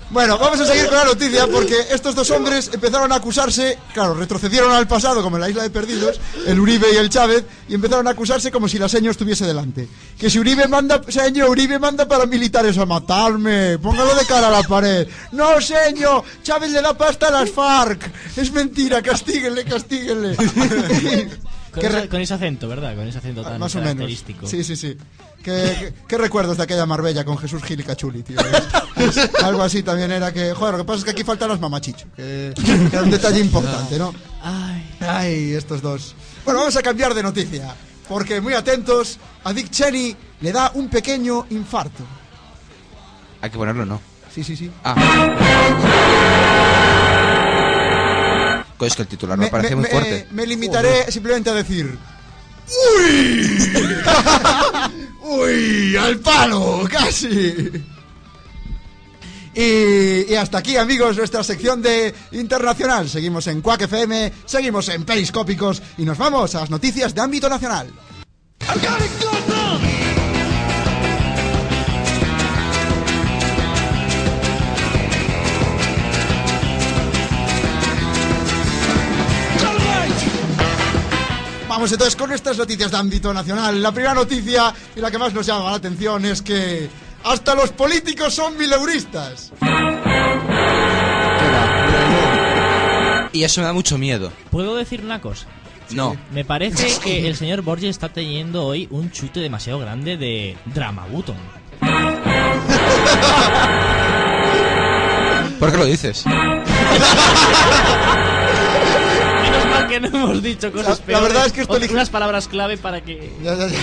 Speaker 1: Bueno, vamos a seguir con la noticia porque estos dos hombres empezaron a acusarse, claro, retrocedieron al pasado como en la isla de perdidos, el Uribe y el Chávez, y empezaron a acusarse como si la seño estuviese delante. Que si Uribe manda, señor, Uribe manda paramilitares a matarme, póngalo de cara a la pared. No, señor, Chávez le da pasta a las FARC. Es mentira, castíguenle, castíguenle.
Speaker 5: *laughs* Con,
Speaker 1: Qué
Speaker 5: ese-
Speaker 1: re- Ah,
Speaker 5: con ese acento, ¿verdad? Con ese acento tan
Speaker 1: Más o menos.
Speaker 5: característico.
Speaker 1: Sí, sí, sí. ¿Qué, qué, qué recuerdos de aquella Marbella con Jesús Gil y Cachuli, tío? Es- es- algo así también era que. Joder, lo que pasa es que aquí faltan las mamachicho. Que, que era un detalle importante, ¿no?
Speaker 5: Ay.
Speaker 1: Ay, estos dos. Bueno, vamos a cambiar de noticia. Porque muy atentos, a Dick Cheney le da un pequeño infarto.
Speaker 4: Hay que ponerlo, ¿no?
Speaker 1: Sí, sí, sí.
Speaker 4: Ah. Co- Es que el titular me, parece muy fuerte.
Speaker 1: me limitaré simplemente a decir. *laughs* ¡Uy! ¡Uy! ¡Al palo! ¡Casi! Y, y hasta aquí, amigos, nuestra sección de internacional. Seguimos en Quack FM, seguimos en Periscópicos y nos vamos a las noticias de ámbito nacional. Vamos entonces con nuestras noticias de ámbito nacional. La primera noticia y la que más nos llama la atención es que hasta los políticos son mileuristas.
Speaker 4: Y eso me da mucho miedo.
Speaker 5: ¿Puedo decir una cosa?
Speaker 4: No.
Speaker 5: Me parece que el señor Borges está teniendo hoy un chute demasiado grande de drama Button.
Speaker 4: ¿Por qué lo dices?
Speaker 5: Menos mal que no hemos dicho cosas
Speaker 1: La- la
Speaker 5: peores.
Speaker 1: verdad es que esto
Speaker 5: O-
Speaker 1: elige-
Speaker 5: unas palabras clave para que. *laughs*
Speaker 1: La verdad, es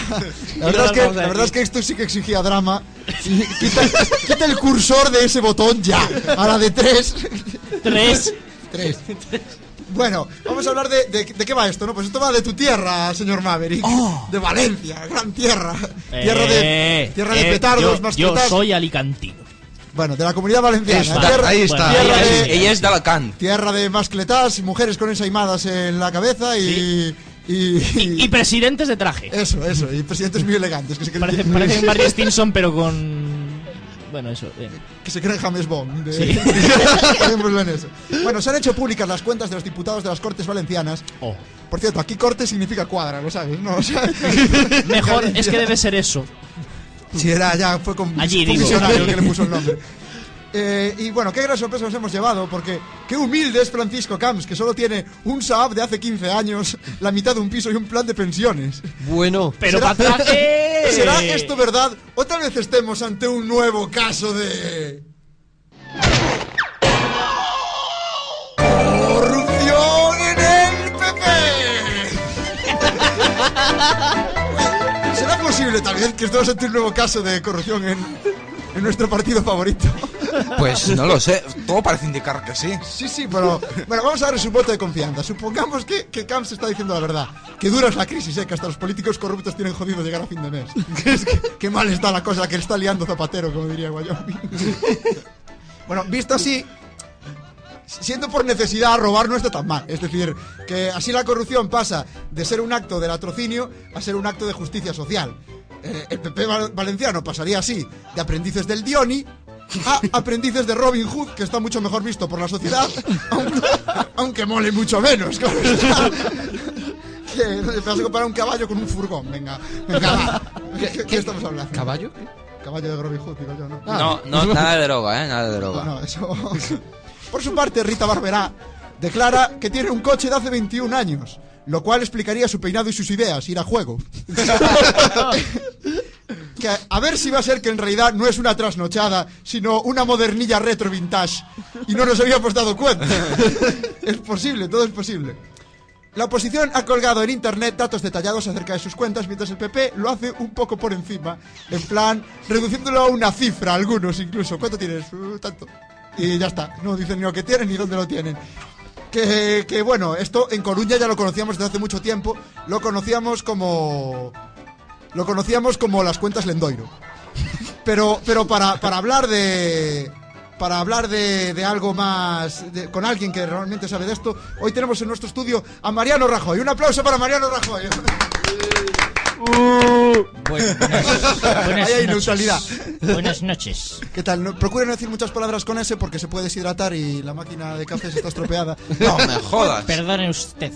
Speaker 1: que, la verdad es que esto sí que exigía drama. Y Quita, quita el cursor de ese botón ya. A la de tres.
Speaker 5: Tres.
Speaker 1: *laughs* Tres. Bueno, vamos a hablar de, de- de qué va esto, ¿no? Pues esto va de tu tierra, señor Maverick. de Valencia, gran tierra. Tierra de,
Speaker 5: Oh. Eh,
Speaker 1: tierra de
Speaker 5: eh,
Speaker 1: petardos,
Speaker 5: yo-
Speaker 1: mascotas.
Speaker 5: Yo soy alicantino.
Speaker 1: Bueno, de la comunidad valenciana.
Speaker 5: Está,
Speaker 1: tierra,
Speaker 5: ahí está.
Speaker 1: Tierra
Speaker 5: Ella
Speaker 1: de,
Speaker 5: es- ella es de
Speaker 4: Alacant.
Speaker 1: Tierra de mascletas, mujeres con ensaimadas en la cabeza y... Y, *laughs*
Speaker 5: y presidentes de traje.
Speaker 1: Eso, eso. Y presidentes muy elegantes. Eh, Que se creen,
Speaker 5: Parece, parece
Speaker 1: *laughs*
Speaker 5: un Barry Stinson, pero con. Bueno, eso. eh.
Speaker 1: que se creen James Bond. de- *laughs*
Speaker 5: Sí.
Speaker 1: Dejémoslo en eso. Bueno, se han hecho públicas las cuentas de los diputados de las Cortes Valencianas.
Speaker 5: oh.
Speaker 1: Por cierto, aquí corte significa cuadra, lo sabes, ¿no? *laughs* O sea,
Speaker 5: Mejor es que debe ser eso.
Speaker 1: Sí, era ya, fue con
Speaker 5: Allí,
Speaker 1: un
Speaker 5: digo. *laughs*
Speaker 1: visionario que le puso el nombre. Eh, y bueno, qué gran sorpresa nos hemos llevado, porque qué humilde es Francisco Camps, que solo tiene un Saab de hace 15 años, la mitad de un piso y un plan de pensiones.
Speaker 2: Bueno,
Speaker 1: Pero ¿Será, *laughs* ¿Será esto verdad? ¿O tal vez estemos ante un nuevo caso de... ¡Corrupción en el PP! ¿Será posible tal vez que estemos ante un nuevo caso de corrupción en, en nuestro partido favorito?
Speaker 4: Pues no lo sé. Todo parece indicar que sí.
Speaker 1: Sí, sí, pero bueno, vamos a darle su voto de confianza. Supongamos que, que Camps está diciendo la verdad. Que dura es la crisis, ¿eh? que hasta los políticos corruptos tienen jodido llegar a fin de mes. *laughs* Es que- qué mal está la cosa que le está liando Zapatero, como diría Wyoming. Bueno, visto así, siendo por necesidad robar no está tan mal. Es decir, que así la corrupción pasa de ser un acto de latrocinio a ser un acto de justicia social. Eh, el PP val- valenciano pasaría así, de aprendices del Dioni a aprendices de Robin Hood, que está mucho mejor visto por la sociedad, aunque, aunque mole mucho menos. claro está. Que te vas a comparar un caballo con un furgón, venga. venga va. ¿Qué, qué, estamos hablando?
Speaker 2: ¿Caballo?
Speaker 1: Caballo de Robin Hood, digo yo, ¿no? Ah.
Speaker 4: No, no,
Speaker 6: *laughs*
Speaker 4: nada de droga, eh, nada de droga.
Speaker 1: No, eso. *laughs* Por su parte, Rita Barberá declara que tiene un coche de hace 21 años, lo cual explicaría su peinado y sus ideas, ir a juego. que a ver si va a ser que en realidad no es una trasnochada, sino una modernilla retro vintage y no nos habíamos dado cuenta. *laughs* es posible, todo es posible. La oposición ha colgado en internet datos detallados acerca de sus cuentas, mientras el PP lo hace un poco por encima, en plan, reduciéndolo a una cifra, algunos incluso. ¿Cuánto tienes? "Eh, tanto. Y ya está. No dicen ni lo que tienen ni dónde lo tienen. Que, que, bueno, esto en Coruña ya lo conocíamos desde hace mucho tiempo. Lo conocíamos como. Lo conocíamos como las cuentas Lendoiro. Pero, pero para, para hablar de. Para hablar de, de algo más. de- con alguien que realmente sabe de esto, hoy tenemos en nuestro estudio a Mariano Rajoy. Un aplauso para Mariano Rajoy.
Speaker 7: Buenas
Speaker 1: Ahí hay
Speaker 7: noches.
Speaker 1: neutralidad.
Speaker 7: Buenas noches.
Speaker 1: ¿Qué tal? No, procura no decir muchas palabras con ese porque se puede deshidratar y la máquina de café se está
Speaker 5: *laughs*
Speaker 1: estropeada.
Speaker 4: No me jodas.
Speaker 7: Perdone
Speaker 5: usted.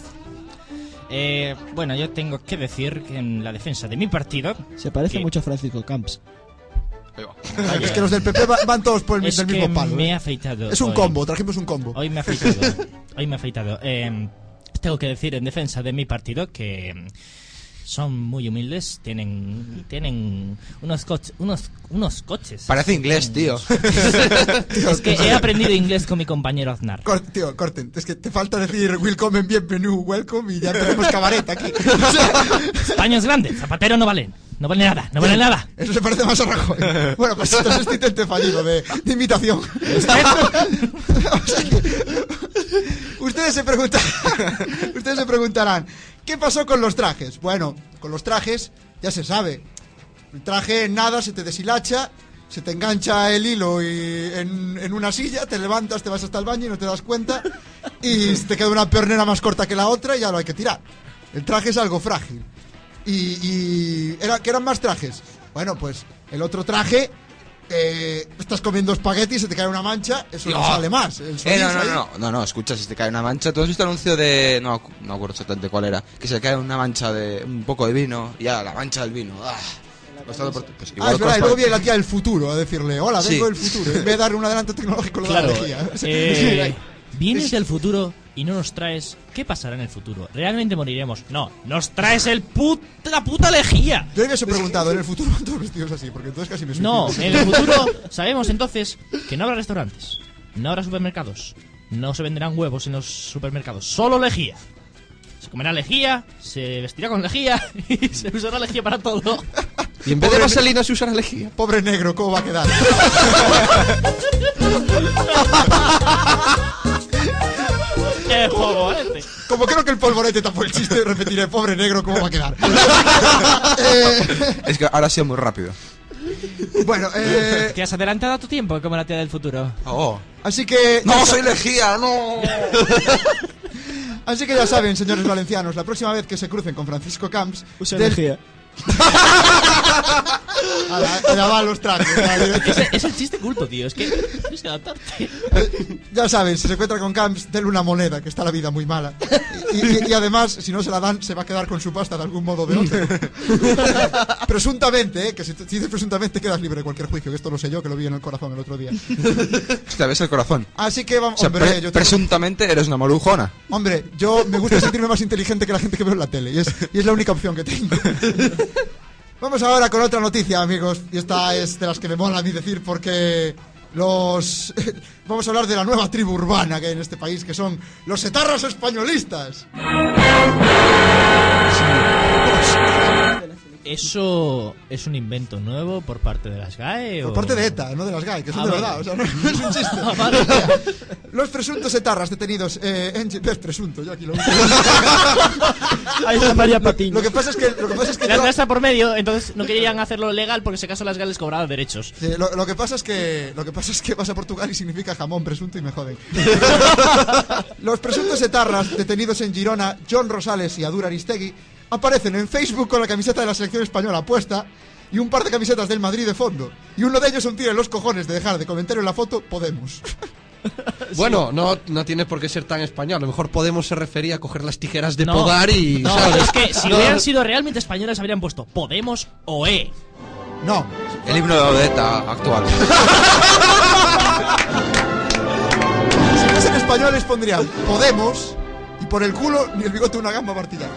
Speaker 5: Eh, bueno, yo tengo que decir que en la defensa de mi partido.
Speaker 6: Se parece
Speaker 5: que-
Speaker 6: mucho a Francisco Camps.
Speaker 1: Es que los del PP va- van todos por el,
Speaker 5: Es
Speaker 1: del
Speaker 5: que
Speaker 1: mismo palo.
Speaker 5: Me
Speaker 1: ¿eh?
Speaker 5: he afeitado.
Speaker 1: Es un
Speaker 5: hoy.
Speaker 1: combo, trajimos un combo.
Speaker 5: Hoy me he afeitado.
Speaker 1: *laughs*
Speaker 5: hoy me he afeitado. Eh, tengo que decir en defensa de mi partido que mm, son muy humildes, tienen tienen unos coches, unos unos coches.
Speaker 4: Parece inglés, tío.
Speaker 5: *laughs* es que he aprendido inglés con mi compañero
Speaker 4: *laughs*
Speaker 5: Aznar.
Speaker 1: Cor- tío, corten. Es que te falta decir welcome, bienvenido, welcome y ya tenemos cabaret
Speaker 5: *laughs*
Speaker 1: aquí. O sea,
Speaker 5: España es grande, Zapatero no valen. No vale nada, no vale nada.
Speaker 1: Eso *laughs* se parece más a Rajoy. Bueno, pues esto es este intento fallido de, de imitación. O sea que- ustedes se preguntan, *laughs* ustedes se preguntarán, ¿qué pasó con los trajes? Bueno, con los trajes ya se sabe. El traje nada se te deshilacha se te engancha el hilo y en, en una silla, te levantas, te vas hasta el baño y no te das cuenta y te queda una pernera más corta que la otra y ya lo hay que tirar. El traje es algo frágil. Y, y era, ¿qué eran más trajes? Bueno, pues el otro traje, eh, estás comiendo espagueti y se te cae una mancha, eso no
Speaker 8: Dios.
Speaker 1: sale más. El
Speaker 8: *laughs* Eh,
Speaker 1: solís
Speaker 8: no, no,
Speaker 1: ahí-
Speaker 8: no, no, no, no, escucha, si te cae una mancha. ¿Tú has visto el anuncio de.? No, acu- no acuerdo exactamente cuál era. Que se cae una mancha de. Un poco de vino. Y ya, la mancha del vino. Ah, costado por- pues
Speaker 1: Ah,
Speaker 8: igual
Speaker 1: es verdad, y
Speaker 8: costa-
Speaker 1: luego viene la tía del futuro a decirle, hola,
Speaker 8: Sí.
Speaker 1: vengo del futuro. En vez de darle un adelanto tecnológico, le da *laughs*
Speaker 5: Claro.
Speaker 1: energía. *laughs*
Speaker 5: eh, vienes del futuro y no nos traes. ¿Qué pasará en el futuro? ¿Realmente moriremos? No, nos traes el put la puta lejía.
Speaker 1: Yo hubiese preguntado, ¿en el futuro van todos vestidos así? Porque entonces casi me suicido.
Speaker 5: No, en el futuro sabemos entonces que no habrá restaurantes, no habrá supermercados, no se venderán huevos en los supermercados, solo lejía. Se comerá lejía, se vestirá con lejía *laughs* y se usará lejía
Speaker 12: *laughs*
Speaker 5: para todo.
Speaker 2: Y en vez de vaselina se usa la lejía.
Speaker 1: *laughs* Pobre negro, ¿cómo va a quedar?
Speaker 5: ¡Qué polvorete!
Speaker 1: Como creo que el polvorete tapó el chiste, repetiré, pobre negro, ¿cómo va a
Speaker 5: *laughs*
Speaker 1: quedar? Eh,
Speaker 8: Es que ahora ha sido muy rápido.
Speaker 1: bueno, eh,
Speaker 12: Te has adelantado a tu tiempo como la tía del futuro.
Speaker 8: Oh.
Speaker 1: así que...
Speaker 8: ¡No, soy lejía! ¡No!
Speaker 1: Así que ya saben, señores valencianos, la próxima vez que se crucen con Francisco Camps...
Speaker 6: Usa
Speaker 1: del-
Speaker 6: energía.
Speaker 1: Ala, ya van los trajes.
Speaker 8: *laughs*
Speaker 1: vale.
Speaker 5: Es, es el chiste culto, tío. Es que tienes que adaptarte.
Speaker 1: Ya saben, si se encuentra con Camps, denle una moneda, que está la vida muy mala. Y, y- y además, si no se la dan, se va a quedar con su pasta de algún modo o de otro. presuntamente, ¿eh? que si, te- si dices presuntamente quedas libre de cualquier juicio, que esto lo sé yo, que lo vi en el corazón el otro día.
Speaker 8: Te ves el corazón.
Speaker 1: Así que
Speaker 8: O
Speaker 1: vamos,
Speaker 8: sea,
Speaker 1: hombre,
Speaker 8: pre-
Speaker 1: yo tengo-
Speaker 8: presuntamente eres una morujona.
Speaker 1: hombre, yo me gusta sentirme más inteligente que la gente que veo en la tele, y es, y es la única opción que tengo. Vamos ahora con otra noticia, amigos, y esta es de las que me mola a mí decir porque los... *laughs* Vamos a hablar de la nueva tribu urbana que hay en este país, que son los etarras españolistas.
Speaker 5: ¿Eso es un invento nuevo por parte de las GAE?
Speaker 1: Por
Speaker 5: o-
Speaker 1: parte de
Speaker 5: *laughs*
Speaker 1: ETA, no de las GAE, que son
Speaker 5: Oh. Ah,
Speaker 1: de
Speaker 5: vale. Ah,
Speaker 1: verdad, o sea, no, no es un
Speaker 5: *laughs*
Speaker 1: chiste. O sea, Los presuntos etarras detenidos eh, en... Gi- ves, *laughs* Presunto, yo aquí
Speaker 5: *laughs*
Speaker 1: lo
Speaker 12: Ahí está María
Speaker 1: Patiño. Lo que pasa es que... Lo que pasa es que
Speaker 5: La
Speaker 1: yo-
Speaker 5: entrada está por medio, entonces no querían hacerlo legal porque si acaso las GAE les cobraban derechos.
Speaker 1: Sí, lo, lo que pasa es que lo que pasa es que vas a Portugal y significa jamón, presunto y me joden. Los presuntos etarras detenidos en Girona, John Rosales y Adur Aristegui, aparecen en Facebook con la camiseta de la selección española puesta y un par de camisetas del Madrid de fondo. Y uno de ellos un tiro en los cojones de dejar de comentario en la foto Podemos.
Speaker 2: Bueno, no, no tiene por qué ser tan español. A lo mejor Podemos se refería a coger las tijeras de
Speaker 5: No,
Speaker 6: *laughs*
Speaker 2: podar y.
Speaker 5: no,
Speaker 2: ¿sabes?
Speaker 5: es que si
Speaker 2: No.
Speaker 5: hubieran sido realmente españoles habrían puesto Podemos o E.
Speaker 1: No.
Speaker 8: El himno de Odeta *laughs* actual.
Speaker 1: Si fuesen españoles pondrían Podemos y por el culo ni el bigote una gamba martillada.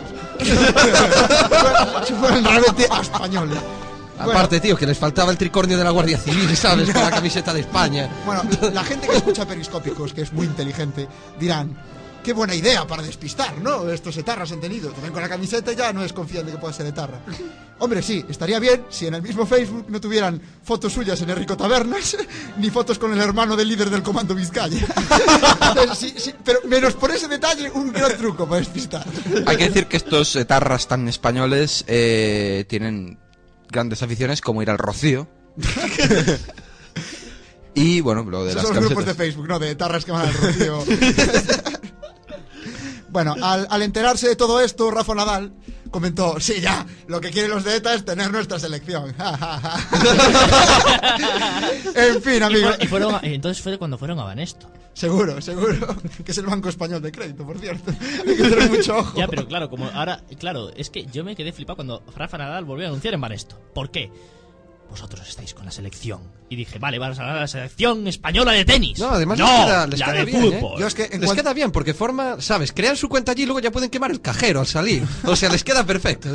Speaker 1: si fueran realmente españoles. Bueno.
Speaker 2: Aparte, tío, que les faltaba el tricornio de la Guardia Civil, *laughs* ¿sabes? Con la camiseta de España.
Speaker 1: Bueno, la gente que escucha periscópicos, que es muy inteligente, dirán, qué buena idea para despistar, ¿no? Estos etarras han tenido. Te ven con la camiseta y ya no desconfían de que pueda ser etarra. Hombre, sí, estaría bien si en el mismo Facebook no tuvieran fotos suyas en Enrico Tabernas, ni fotos con el hermano del líder del Comando Vizcaya. *laughs* Entonces, sí, sí, pero menos por ese detalle, un gran truco para despistar.
Speaker 8: Hay que decir que estos etarras tan españoles eh, tienen grandes aficiones como ir
Speaker 2: *laughs*
Speaker 8: al Rocío. y bueno, lo de
Speaker 1: Esos
Speaker 8: las
Speaker 1: son los grupos de
Speaker 8: camisetas.
Speaker 1: Facebook, no de tarras que van al rocío. *laughs* bueno, al, al enterarse de todo esto, Rafa Nadal comentó: Sí, ya, lo que quieren los de ETA es tener nuestra selección. *laughs* en fin,
Speaker 5: Y
Speaker 1: amigos.
Speaker 5: fue- y fueron a- entonces fue cuando fueron a Banesto.
Speaker 1: Seguro, seguro. Que es el Banco Español de Crédito, por cierto. *laughs* Hay que tener mucho ojo.
Speaker 5: Ya, pero claro, como ahora, claro, es que yo me quedé flipado cuando Rafa Nadal volvió a anunciar en Banesto. ¿Por qué? Vosotros estáis con la selección. Y dije, vale, vamos a hablar de la selección española de tenis.
Speaker 2: No, además les queda, les
Speaker 5: la
Speaker 2: queda
Speaker 5: de
Speaker 2: bien. ¿eh?
Speaker 5: fútbol.
Speaker 2: les queda bien porque forma, ¿sabes? Crean su cuenta allí y luego ya pueden quemar el cajero al salir. O sea, les queda perfecto.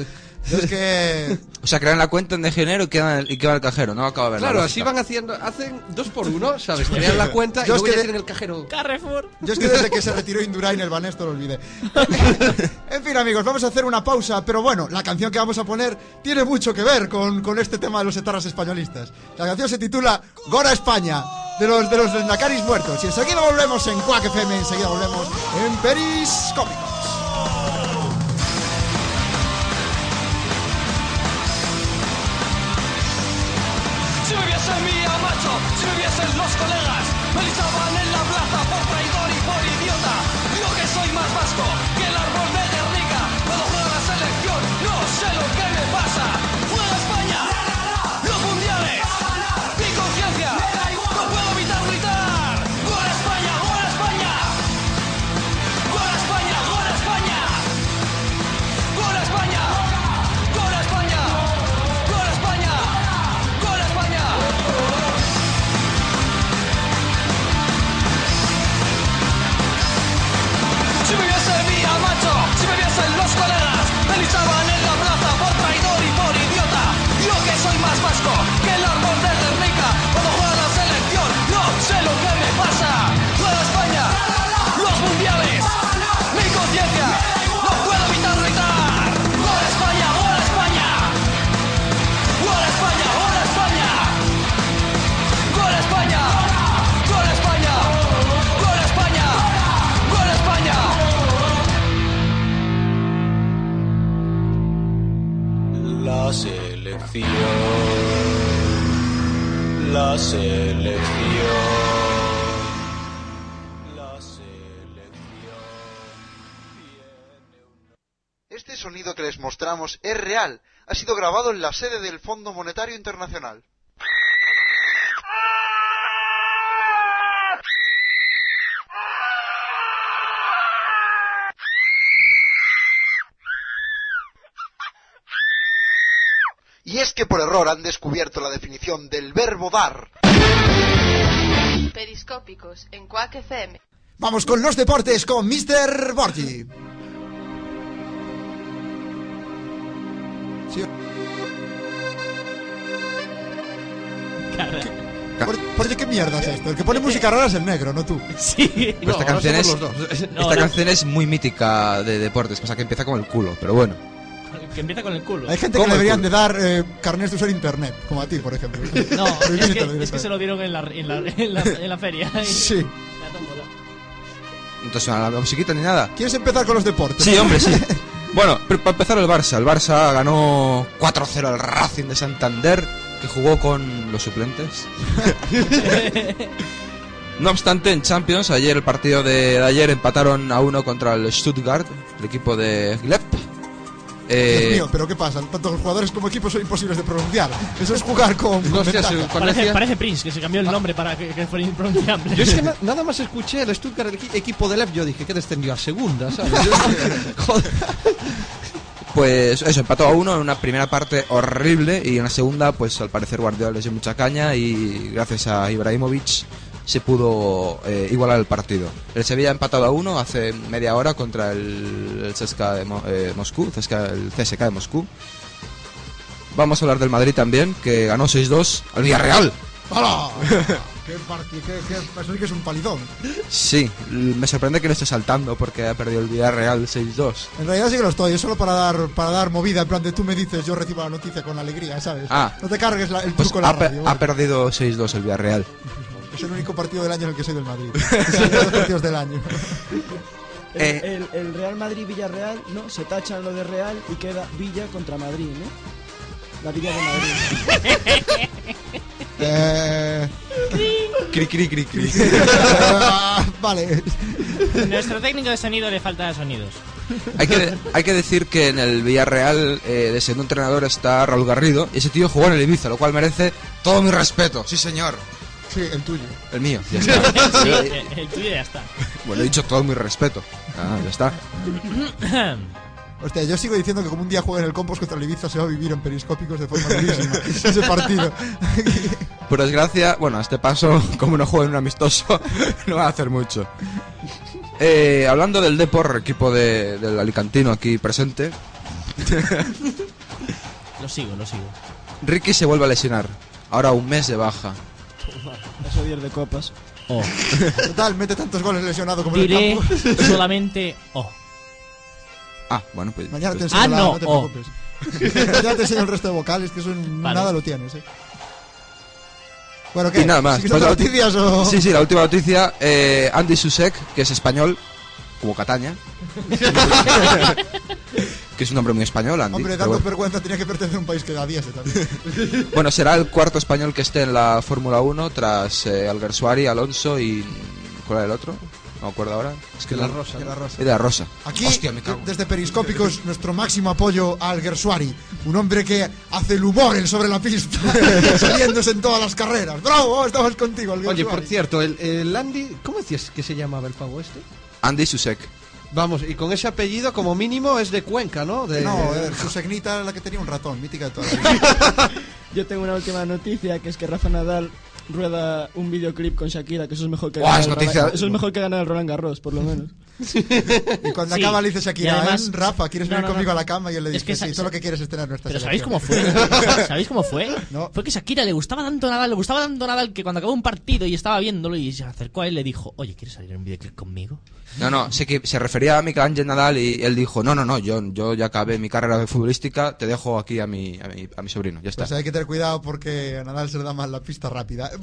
Speaker 1: Yo es que.
Speaker 8: O sea, crean la cuenta en de género y quedan el- y queda el cajero, ¿no? Acaba de ver la
Speaker 2: Claro, así
Speaker 8: lógica.
Speaker 2: van haciendo, hacen dos por uno, ¿sabes? Crean la cuenta y
Speaker 1: Yo es
Speaker 2: luego
Speaker 1: que
Speaker 2: ya
Speaker 1: de-
Speaker 2: tienen el cajero.
Speaker 5: Carrefour.
Speaker 1: Yo es que desde que se retiró Indurain el Banesto lo olvidé. *laughs* en fin, amigos, vamos a hacer una pausa, pero bueno, la canción que vamos a poner tiene mucho que ver con, con este tema de los etarras españolistas. La canción se titula Gora España, de los de los Lendacaris muertos. Y enseguida volvemos en Quack FM, enseguida volvemos en Periscópicos.
Speaker 13: Lluvia mía los colegas me linchaban en la plaza por traidor y por idiota. Digo que soy más vasco que el árbol de Guernica. Cuando juega la selección, no sé lo que me pasa. ¡Juega España! ¡Los mundiales! ¡Mi conciencia! ¡No puedo evitar gritar! ¡Gol España! ¡Gol España! ¡Gol España! ¡Gol España! ¡Gol España! ¡Gol España! ¡Gol España! ¡Gol España! Si me viese vía macho, si me viesen los colegas, me linchaban en la plaza por traidor y por idiota. Yo que soy más vasco que el árbol de Guernica, cuando juega la selección, no sé lo que me pasa. Juega España, los mundiales, mi conciencia, no puedo evitar gritar. ¡Gol España, gol España! ¡Gol España, gol España! ¡Gol España! ¡Gol España! ¡Gol España! ¡Gol España!
Speaker 14: La selección. La selección.
Speaker 15: Este sonido que les mostramos es real. Ha sido grabado en la sede del Fondo Monetario Internacional. Y es que por error han descubierto la definición del verbo dar.
Speaker 16: Periscópicos en Quack FM.
Speaker 1: Vamos con los deportes con Mr. Borgi. Sí. Por- Borgi, ¿qué mierda es esto? El que
Speaker 5: Eh,
Speaker 1: pone música rara es el negro, no tú.
Speaker 5: Sí.
Speaker 8: Pero Pues esta canción, es, esta
Speaker 5: no.
Speaker 8: canción es muy mítica de deportes, pasa que empieza como el culo, pero bueno.
Speaker 5: Que empieza con el culo.
Speaker 1: Hay gente que le deberían de dar eh, carnets de usar internet, como a ti, por ejemplo.
Speaker 5: *laughs*
Speaker 1: *laughs*
Speaker 5: No, es
Speaker 1: Prohibírtelo
Speaker 5: que, es que se lo dieron en la, en la, en la, en la feria.
Speaker 1: Sí.
Speaker 5: La tómbola.
Speaker 8: Entonces, a la musiquita ni nada.
Speaker 1: ¿Quieres empezar con los deportes?
Speaker 8: Sí, hombre, sí. Bueno, pero para empezar el Barça. El Barça ganó 4-0 al Racing de Santander, que jugó con los suplentes. no obstante, en Champions, ayer el partido de, de ayer empataron a uno contra el Stuttgart, el equipo de Gillette. Eh,
Speaker 1: Dios mío, pero ¿qué pasa? Tanto los jugadores como equipos son imposibles de pronunciar. Eso es jugar con. con ventaja.
Speaker 5: parece, parece Prince, que se cambió el nombre para que, que fuera impronunciable.
Speaker 2: Yo es que na- nada más escuché el Stuttgart el equi- equipo de Lev, yo dije que descendió a segunda, ¿sabes? Yo dije, joder.
Speaker 8: Pues eso, empató a uno en una primera parte horrible y en la segunda, pues al parecer Guardiola les dio mucha caña y gracias a Ibrahimovic se pudo eh, igualar el partido. El Sevilla ha empatado a uno hace media hora contra el, el CSKA de Mo- eh, Moscú, CSKA el CSK de Moscú. Vamos a hablar del Madrid también, que ganó 6-2 al Villarreal.
Speaker 1: *laughs* ¡Hala! ¡Qué partido! Qué, qué, eso sí que es un palidón.
Speaker 8: Sí, l- me sorprende que no esté saltando porque ha perdido el Villarreal 6-2.
Speaker 1: En realidad sí que lo estoy, es solo para dar, para dar movida, en plan de tú me dices, yo recibo la noticia con alegría, ¿sabes?
Speaker 8: Ah.
Speaker 1: No te cargues la- el
Speaker 8: Pues
Speaker 1: truco en la
Speaker 8: ha, pe-
Speaker 1: radio.
Speaker 8: ha perdido 6-2 el Villarreal.
Speaker 1: Es el único partido del año en el que soy del *laughs* Madrid. Son los partidos del año.
Speaker 6: El,
Speaker 1: Eh.
Speaker 6: el- el Real Madrid-Villarreal, ¿no? Se tachan lo de Real y queda Villa contra Madrid, ¿no? La Villa de Madrid.
Speaker 1: *laughs* Eh... *laughs*
Speaker 8: Cri, cri, cri, cri. *laughs*
Speaker 1: Ah, vale.
Speaker 5: Nuestro técnico de sonido le falta sonidos.
Speaker 8: hay, que, hay que decir que en el Villarreal eh, de segundo entrenador está Raúl Garrido y ese tío jugó en el Ibiza, lo cual merece todo mi respeto. Sí, señor.
Speaker 1: Sí, el tuyo.
Speaker 8: El mío. Ya está.
Speaker 5: Sí,
Speaker 8: Sí,
Speaker 5: Eh, el, el tuyo ya está.
Speaker 8: bueno, he dicho todo mi respeto. Ah, ya está.
Speaker 1: Hostia, yo sigo diciendo que como un día juega en el Compos contra el Ibiza se va a vivir en periscópicos de forma
Speaker 8: *laughs*
Speaker 1: durísima. ese partido.
Speaker 8: Por desgracia, bueno, a este paso, *laughs* como no juega en un amistoso, *laughs* no va a hacer mucho. Eh, hablando del Depor, equipo de- del Alicantino aquí presente,
Speaker 5: Lo sigo, lo sigo.
Speaker 8: Ricky se vuelve a lesionar. Ahora un mes de baja.
Speaker 6: Eso 10 de copas.
Speaker 1: Total, mete tantos goles lesionado como
Speaker 5: Oh. Diré
Speaker 1: en el campo. *laughs*
Speaker 5: solamente oh.
Speaker 8: Ah, bueno, pues.
Speaker 1: Mañana te
Speaker 8: pues-
Speaker 1: enseño
Speaker 5: Ah,
Speaker 1: la-
Speaker 5: no,
Speaker 1: te
Speaker 5: oh.
Speaker 1: preocupes. *laughs* Mañana te enseño el resto de vocales, que eso en
Speaker 8: Vale.
Speaker 1: nada lo tienes, eh. Bueno, ¿qué?
Speaker 8: Y nada más.
Speaker 1: ¿Sigues dando
Speaker 8: Pues la-
Speaker 1: noticias o...?
Speaker 8: Sí, sí, la última noticia. eh,
Speaker 1: *laughs*
Speaker 8: Andy Susek, que es español, como Cataña, que es un nombre muy español, Andy.
Speaker 1: Hombre,
Speaker 8: pero
Speaker 1: dando
Speaker 8: bueno.
Speaker 1: vergüenza tenía que pertenecer a un país que da 10 también.
Speaker 8: Bueno, será el cuarto español que esté en la Fórmula 1 tras eh, Alguersuari, Alonso y. ¿Cuál era el otro? No me acuerdo ahora. Es
Speaker 1: De
Speaker 8: no-
Speaker 1: la Rosa, de la Rosa.
Speaker 8: De la Rosa.
Speaker 1: Aquí,
Speaker 8: Hostia, me cago.
Speaker 1: desde Periscópicos, nuestro máximo apoyo al Gersuari, un hombre que hace el humor en sobre la pista, saliéndose en todas las carreras. ¡Bravo! Estamos contigo, Alguersuari.
Speaker 2: Oye, por cierto, el, el Andy, ¿cómo decías que se llamaba el pavo este?
Speaker 8: Andy Susek.
Speaker 2: Vamos, y con ese apellido como mínimo es de Cuenca, ¿no? De-
Speaker 1: No, eh, su segnita la que tenía un ratón, mítica de toda la vida.
Speaker 6: *laughs* Yo tengo una última noticia que es que Rafa Nadal rueda un videoclip con Shakira, que eso es mejor que
Speaker 8: Buah,
Speaker 6: ganar
Speaker 8: es
Speaker 6: el
Speaker 8: noticia.
Speaker 6: Roland- eso es mejor que ganar el Roland Garros, por lo menos.
Speaker 1: Y cuando acaba le dice Shakira,
Speaker 6: Y
Speaker 1: "Ven, Rafa, ¿quieres
Speaker 6: No,
Speaker 1: venir
Speaker 6: no,
Speaker 1: conmigo
Speaker 6: no.
Speaker 1: a la cama? Y él le
Speaker 6: Es
Speaker 1: dice,
Speaker 6: que
Speaker 1: sí,
Speaker 6: sa-
Speaker 1: solo que quieres es tener nuestra
Speaker 5: Pero ¿sabéis cómo fue?
Speaker 1: selección". *laughs*
Speaker 5: ¿Sabéis cómo fue? Fue que Shakira le gustaba tanto Nadal, le gustaba tanto Nadal que cuando acabó un partido y estaba viéndolo y se acercó a él le dijo, oye, ¿quieres salir en un videoclip conmigo?
Speaker 8: No, no, sé que se refería a Michelangelo Nadal y él dijo: No, no, no, yo, yo ya acabé mi carrera futbolística, te dejo aquí a mi, a mi, a mi sobrino. Ya está.
Speaker 1: Pues hay que tener cuidado porque a Nadal se le da más la pista rápida. *laughs*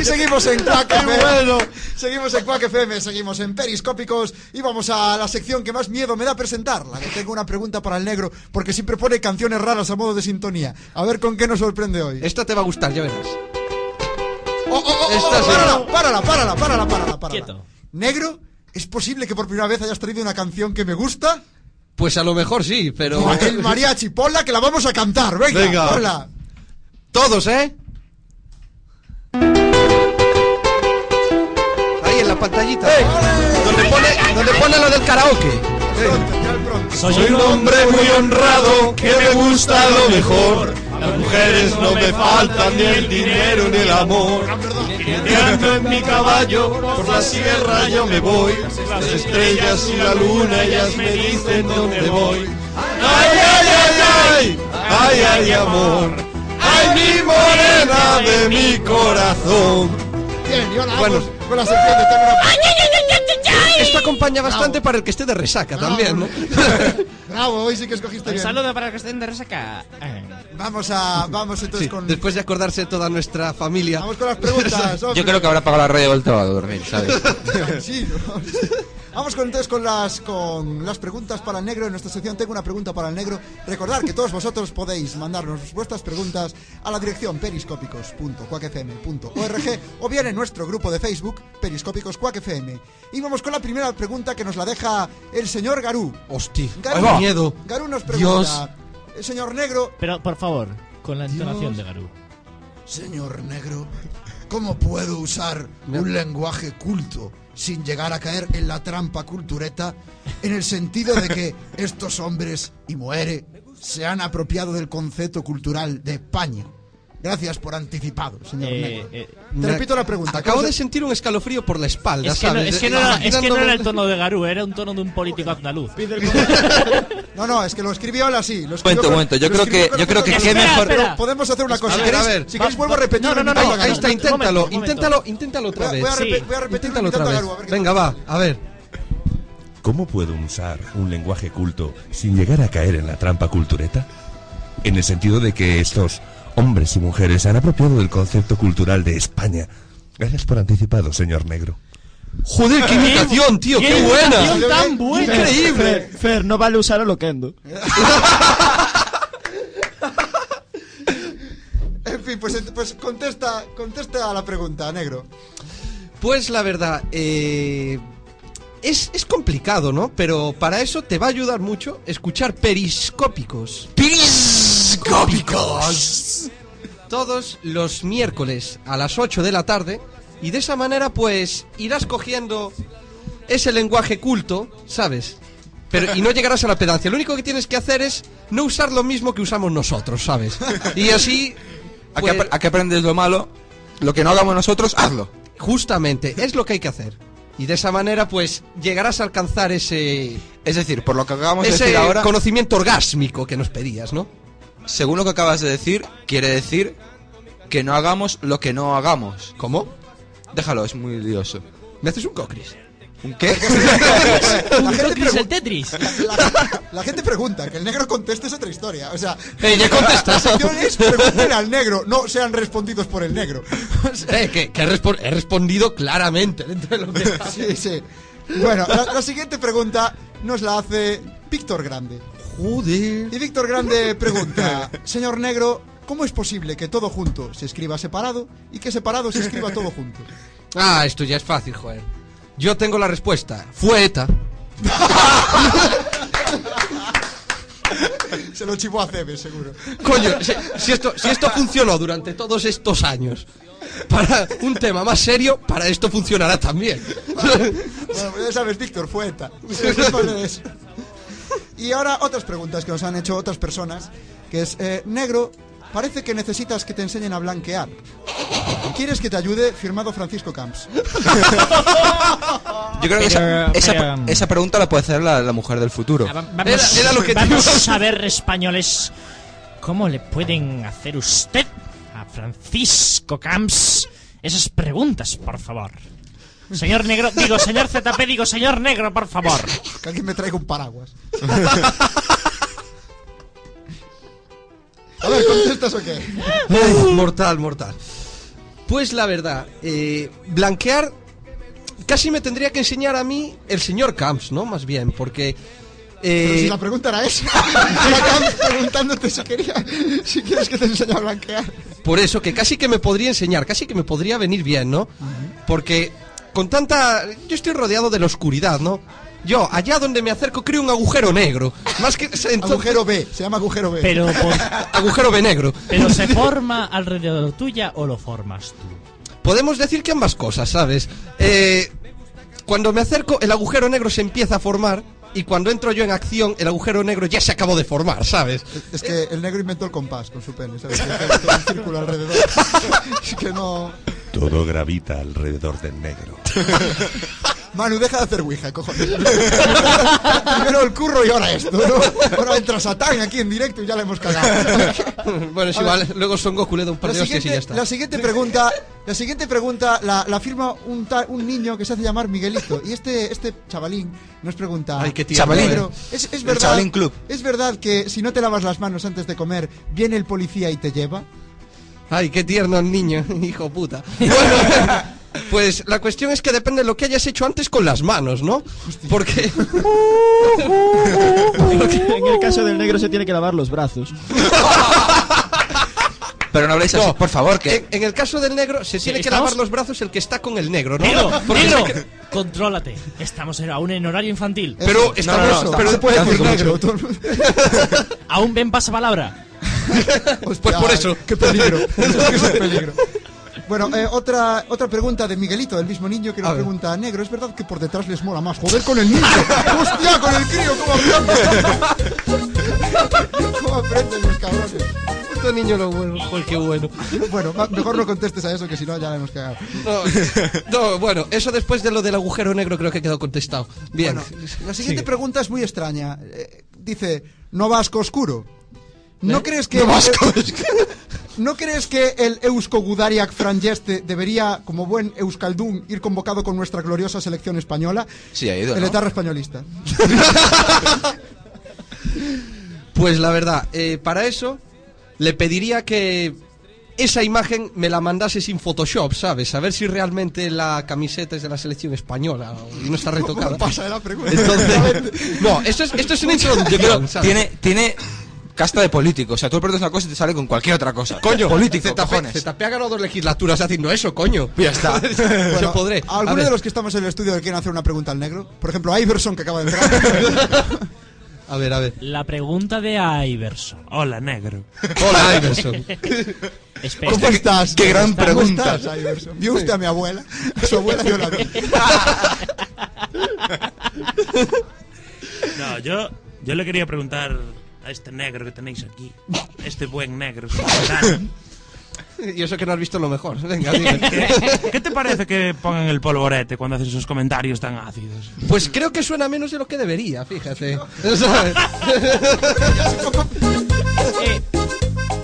Speaker 1: y seguimos en Quack
Speaker 13: Qué
Speaker 1: FM.
Speaker 13: bueno.
Speaker 1: Seguimos en Quack FM, seguimos en Periscópicos y vamos a la sección que más miedo me da presentar. La que tengo una pregunta para el negro porque siempre pone canciones raras a modo de sintonía. A ver con qué nos sorprende hoy.
Speaker 2: Esta te va a gustar, ya verás.
Speaker 1: Oh, oh, oh,
Speaker 2: Esta
Speaker 1: oh,
Speaker 2: sí.
Speaker 1: párala, párala, párala, párala, párala, párala. Negro, ¿es posible que por primera vez hayas traído una canción que me gusta?
Speaker 2: Pues a lo mejor sí,
Speaker 1: *laughs*
Speaker 2: pero.
Speaker 1: Buah, El mariachi, ponla que la vamos a cantar. Venga,
Speaker 2: Venga.
Speaker 1: ponla.
Speaker 2: Todos, ¿eh? Ahí en la pantallita. Donde pone, donde pone lo del karaoke.
Speaker 13: Soy un hombre muy honrado que me gusta lo mejor. Las mujeres no me faltan ni el dinero ni el amor. Ando en mi caballo, por la sierra yo me voy. Las estrellas y la luna ellas me dicen dónde voy. Ay, ay, ay, ay, ay, ay, amor. Ay, mi morena de mi corazón.
Speaker 1: Bien, yo la hago
Speaker 2: Bueno.
Speaker 1: con la sección de Tengo una-
Speaker 2: Esto acompaña bastante para el que esté de resaca también, ¿no?
Speaker 1: *laughs* Bravo, hoy sí que escogiste
Speaker 5: Un
Speaker 1: bien.
Speaker 5: saludo para que estén de resaca.
Speaker 13: Eh,
Speaker 1: Vamos a. Vamos entonces
Speaker 2: Sí,
Speaker 1: con.
Speaker 2: Después de acordarse toda nuestra familia.
Speaker 1: Vamos con las preguntas.
Speaker 8: Yo creo que habrá pagado la radio y vuelto a dormir,
Speaker 2: *laughs*
Speaker 8: ¿sabes?
Speaker 1: Sí, no. *laughs* Vamos con, entonces con las, con las preguntas para el negro. En nuestra sección tengo una pregunta para el negro. Recordad que todos vosotros podéis mandarnos vuestras preguntas a la dirección periscópicos.cuacfm.org o bien en nuestro grupo de Facebook, Periscópicos Cuac FM. Y vamos con la primera pregunta que nos la deja el señor Garú.
Speaker 2: Hostia,
Speaker 1: Garú,
Speaker 2: qué miedo.
Speaker 1: Garú nos
Speaker 2: Dios.
Speaker 1: pregunta, el señor negro,
Speaker 5: Pero, por favor, con la entonación
Speaker 1: Dios.
Speaker 5: de Garú.
Speaker 1: Señor negro, ¿cómo puedo usar un lenguaje culto sin llegar a caer en la trampa cultureta en el sentido
Speaker 2: *laughs*
Speaker 1: de que estos hombres y muere se han apropiado del concepto cultural de España? Gracias por anticipado, señor
Speaker 5: Eh,
Speaker 1: negro. Te repito la
Speaker 2: Eh,
Speaker 1: pregunta.
Speaker 2: Acabo
Speaker 1: ¿cómo
Speaker 2: de
Speaker 1: se-
Speaker 2: sentir un escalofrío por la espalda,
Speaker 5: Es que, no,
Speaker 2: ¿sabes?
Speaker 13: eh,
Speaker 2: Eh,
Speaker 5: es que no era, es que no era el
Speaker 2: Imaginándome-
Speaker 5: tono de Garú, era un tono de un político andaluz.
Speaker 1: No, no, es que lo escribió él así. Lo
Speaker 8: Momento, momento, yo creo que- yo creo que qué mejor-
Speaker 1: Pero podemos hacer una cosa.
Speaker 2: A
Speaker 1: si
Speaker 2: ver, a
Speaker 1: queréis-
Speaker 2: ver.
Speaker 1: si queréis, vuelvo a repetir.
Speaker 2: No, no, no,
Speaker 1: invitando
Speaker 2: no,
Speaker 1: a Garú.
Speaker 2: ahí está, inténtalo,
Speaker 5: momento.
Speaker 2: inténtalo, inténtalo otra
Speaker 1: Voy
Speaker 2: vez.
Speaker 1: a, voy a repe-
Speaker 5: Sí.
Speaker 1: voy a repetir
Speaker 2: Inténtalo otra
Speaker 1: invitando a
Speaker 2: vez.
Speaker 1: Garú, a ver qué
Speaker 2: Venga, va, a ver.
Speaker 17: ¿Cómo puedo usar un lenguaje culto sin llegar a caer en la trampa cultureta? En el sentido de que estos hombres y mujeres se han apropiado del concepto cultural de España. Gracias por anticipado, señor negro.
Speaker 2: Joder, qué imitación, tío, qué buena. Increíble.
Speaker 6: Fer, Fer, no vale usar a Loquendo.
Speaker 1: En fin, pues, ent- pues contesta, contesta a la pregunta, negro.
Speaker 2: Pues la verdad, eh, es, es complicado, ¿no? Pero para eso te va a ayudar mucho escuchar periscópicos. ¡Periscópicos! Todos los miércoles a las 8 de la tarde. Y de esa manera, pues, irás cogiendo ese lenguaje culto, ¿sabes? Pero, y no llegarás a la pedancia. Lo único que tienes que hacer es no usar lo mismo que usamos nosotros, ¿sabes? Y así...
Speaker 8: *laughs*
Speaker 2: pues,
Speaker 8: ¿A qué apre- a qué aprendes lo malo? Lo que no hagamos nosotros, hazlo.
Speaker 2: Justamente, es lo que hay que hacer. Y de esa manera, pues, llegarás a alcanzar ese...
Speaker 8: Es decir, por lo que acabamos de
Speaker 2: ese
Speaker 8: decir ahora,
Speaker 2: conocimiento orgásmico que nos pedías, ¿no?
Speaker 8: según lo que acabas de decir, quiere decir que no hagamos lo que no hagamos.
Speaker 2: ¿Cómo?
Speaker 8: Déjalo, es muy lioso.
Speaker 2: ¿Me haces un cocris?
Speaker 8: ¿Un qué?
Speaker 1: La gente,
Speaker 5: Tetris, el
Speaker 1: pregun-
Speaker 5: Tetris.
Speaker 1: la gente pregunta, que el negro conteste es otra historia. O sea,
Speaker 2: Eh, ya he contestado.
Speaker 1: la sección es pregunten al negro, no sean respondidos por el negro.
Speaker 2: Eh, que, que he, respon- he respondido claramente dentro de lo que...
Speaker 1: Sí, sí. Bueno, la, la siguiente pregunta nos la hace Víctor Grande.
Speaker 2: Joder.
Speaker 1: Y Víctor Grande pregunta, señor Negro, ¿cómo es posible que todo junto se escriba separado y que separado se escriba todo junto?
Speaker 2: Ah, esto ya es fácil, joder. Yo tengo la respuesta. Fue ETA.
Speaker 1: Se lo chivó a Cebes, seguro.
Speaker 2: *laughs* Coño, si, si esto, si esto funcionó durante todos estos años para un tema más serio, para esto funcionará también.
Speaker 1: Bueno, pues ya sabes, Víctor, fue ETA. Es responsable de eso. Y ahora otras preguntas que nos han hecho otras personas, que es, eh, negro, parece que necesitas que te enseñen a blanquear. ¿Quieres que te ayude? Firmado Francisco Camps.
Speaker 8: Yo creo que esa, esa, esa pregunta la puede hacer la, la mujer del futuro.
Speaker 2: Era- era lo que te
Speaker 5: Ah, vamos
Speaker 2: iba a-
Speaker 5: a ver, españoles, cómo le pueden hacer usted a Francisco Camps esas preguntas, por favor. Señor Negro, digo, señor ZP, digo, señor Negro, por favor.
Speaker 1: Que alguien me traiga un paraguas. A ver, ¿contestas o qué?
Speaker 2: Ay, mortal, mortal. Pues la verdad, eh, blanquear casi me tendría que enseñar a mí el señor Camps, ¿no? Más bien, porque... eh,
Speaker 1: Pero si la pregunta era esa. Era Camps preguntándote si quería, si quieres que te enseñe a blanquear.
Speaker 2: Por eso, que casi que me podría enseñar, casi que me podría venir bien, ¿no? Porque con tanta... Yo estoy rodeado de la oscuridad, ¿no? Yo, allá donde me acerco, creo un agujero negro. Más que...
Speaker 1: Agujero B, se llama agujero B.
Speaker 5: Pero, por-
Speaker 2: agujero B negro.
Speaker 5: pero se forma alrededor tuya o lo formas tú.
Speaker 2: Podemos decir que ambas cosas, ¿sabes? Eh, cuando me acerco, el agujero negro se empieza a formar y cuando entro yo en acción, el agujero negro ya se acabó de formar, *laughs* ¿sabes?
Speaker 1: Es que el negro inventó el compás con su pene, ¿sabes? Que hace todo un círculo alrededor. Es que no.
Speaker 18: Todo gravita alrededor del negro.
Speaker 1: *laughs* Manu, deja de hacer ouija, cojones. *laughs* Primero el curro y ahora esto, ¿no? Ahora entra Satán aquí en directo y ya la hemos cagado.
Speaker 2: bueno, es
Speaker 1: A
Speaker 2: igual,
Speaker 1: ver.
Speaker 2: luego Son Goku le da un par
Speaker 1: La
Speaker 2: de hostias y
Speaker 1: siguiente,
Speaker 2: ya está.
Speaker 1: la siguiente pregunta, la siguiente pregunta la, la firma un, ta- un niño que se hace llamar Miguelito. Y este, este chavalín nos pregunta.
Speaker 2: Ay, qué tierno,
Speaker 1: "Negro,
Speaker 2: Chavalín.
Speaker 1: Es, es
Speaker 2: El
Speaker 1: verdad,
Speaker 2: chavalín club.
Speaker 1: Es verdad que si no te lavas las manos antes de comer, viene el policía y te lleva.
Speaker 2: Ay, qué tierno el niño, *laughs* hijo
Speaker 1: *laughs*
Speaker 2: puta. Bueno, pues la cuestión es que depende de lo que hayas hecho antes con las manos, ¿no?
Speaker 1: *laughs*
Speaker 2: Porque...
Speaker 19: En el caso del negro se tiene que lavar los brazos.
Speaker 8: Pero no Eh, habléis así, por favor, que...
Speaker 2: En, en el caso del negro se tiene que
Speaker 5: ¿estamos?
Speaker 2: lavar los brazos el que está con el negro, ¿no?
Speaker 5: Negro,
Speaker 2: Porque
Speaker 5: negro,
Speaker 2: se-
Speaker 5: contrólate. Estamos en- aún en horario infantil.
Speaker 2: Pero No, estamos- no, no, pero- se puede decir negro,
Speaker 5: aún ven pasapalabra.
Speaker 2: Pues por eso. *laughs*
Speaker 1: Qué peligro. Qué peligro. Bueno, eh, otra, otra pregunta de Miguelito, del mismo niño que nos pregunta, negro, ¿es verdad que por detrás les mola más? Joder con el niño. Hostia, con el crío, ¿cómo aprenden? *laughs* ¿Cómo aprenden los cabrones?
Speaker 2: Puto Este niño lo bueno, joder, qué bueno.
Speaker 1: Bueno, va- mejor no contestes a eso, que si no ya la hemos cagado.
Speaker 2: No, no, bueno, eso después de lo del agujero negro creo que quedó contestado. Bien.
Speaker 1: Bueno, la siguiente
Speaker 2: Sigue.
Speaker 1: pregunta es muy extraña. Eh, dice, no vasco oscuro. ¿No
Speaker 2: ¿Eh?
Speaker 1: crees que...
Speaker 2: No vasco
Speaker 1: *laughs* ¿No crees que el Eusko Gudariak Frangeste debería, como buen Euskaldun, ir convocado con nuestra gloriosa selección española?
Speaker 8: Sí, ha ido,
Speaker 1: El
Speaker 8: ¿no?
Speaker 1: etarra españolista.
Speaker 2: Pues la verdad, eh, para eso le pediría que esa imagen me la mandase sin Photoshop, ¿sabes? A ver si realmente la camiseta es de la selección española o- y no *laughs* está retocada.
Speaker 1: Pasa de la pregunta. *laughs*
Speaker 8: *laughs*
Speaker 2: Entonces, no, esto es, esto es una
Speaker 8: Yo creo,
Speaker 2: introducción, ¿sabes?
Speaker 8: tiene, tiene casta de político. O sea, tú le preguntas una cosa y te sale con cualquier otra cosa.
Speaker 2: Coño,
Speaker 8: político,
Speaker 2: ZP,
Speaker 8: cojones.
Speaker 2: ZP ha ganado dos legislaturas haciendo eso, coño. Ya
Speaker 8: *laughs*
Speaker 2: está.
Speaker 1: Bueno,
Speaker 2: Yo podré.
Speaker 1: ¿a ¿Alguno
Speaker 2: A ver.
Speaker 1: de los que estamos en el estudio le quieren hacer una pregunta al negro? Por ejemplo, a Iverson, que acaba de entrar.
Speaker 2: A ver, a ver.
Speaker 5: La pregunta de Iverson.
Speaker 11: Hola, negro.
Speaker 8: *laughs*
Speaker 2: Hola, Iverson.
Speaker 5: Espera.
Speaker 1: ¿Cómo estás?
Speaker 5: Este, Qué gran
Speaker 1: ¿Cómo
Speaker 5: pregunta.
Speaker 1: estás, Iverson? ¿Vio usted a mi abuela? A su abuela yo la vi.
Speaker 11: No, yo, yo le quería preguntar a este negro que tenéis aquí. Este buen negro.
Speaker 2: Y eso que no has visto lo mejor. Venga,
Speaker 8: *laughs*
Speaker 2: dime.
Speaker 11: ¿Qué, qué te parece que pongan el polvorete cuando hacen sus comentarios tan ácidos?
Speaker 2: Pues creo que suena menos de lo que debería,
Speaker 8: *laughs*
Speaker 2: fíjate.
Speaker 5: Eh,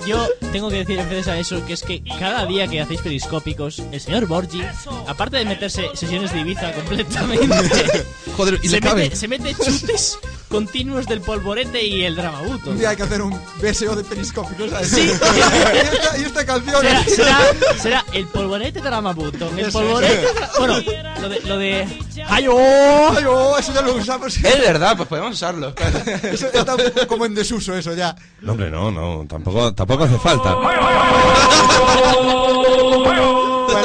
Speaker 5: Yo tengo que decir en vez a eso que es que cada día que hacéis periscópicos, el señor Borgi, aparte de meterse sesiones de Ibiza completamente,
Speaker 2: Joder, *laughs* y
Speaker 5: se,
Speaker 2: le cabe.
Speaker 5: mete, se mete chutes continuos del polvorete y el dramabuto.
Speaker 1: Un día hay que hacer un BSO de periscópicos. ¿sabes?
Speaker 5: Sí.
Speaker 1: *laughs* y, esta, y esta canción.
Speaker 5: Será, será, será el polvorete dramabuto. El polvorete. Bueno, lo de. Lo de ¡Hayo!
Speaker 2: oh.
Speaker 1: ¡Hayo! oh, Eso ya lo usamos. *laughs*
Speaker 8: Es verdad, pues podemos usarlo.
Speaker 1: Eso ya está un poco como en desuso, eso ya.
Speaker 17: No, hombre, no, no, tampoco, tampoco hace falta.
Speaker 1: Bueno,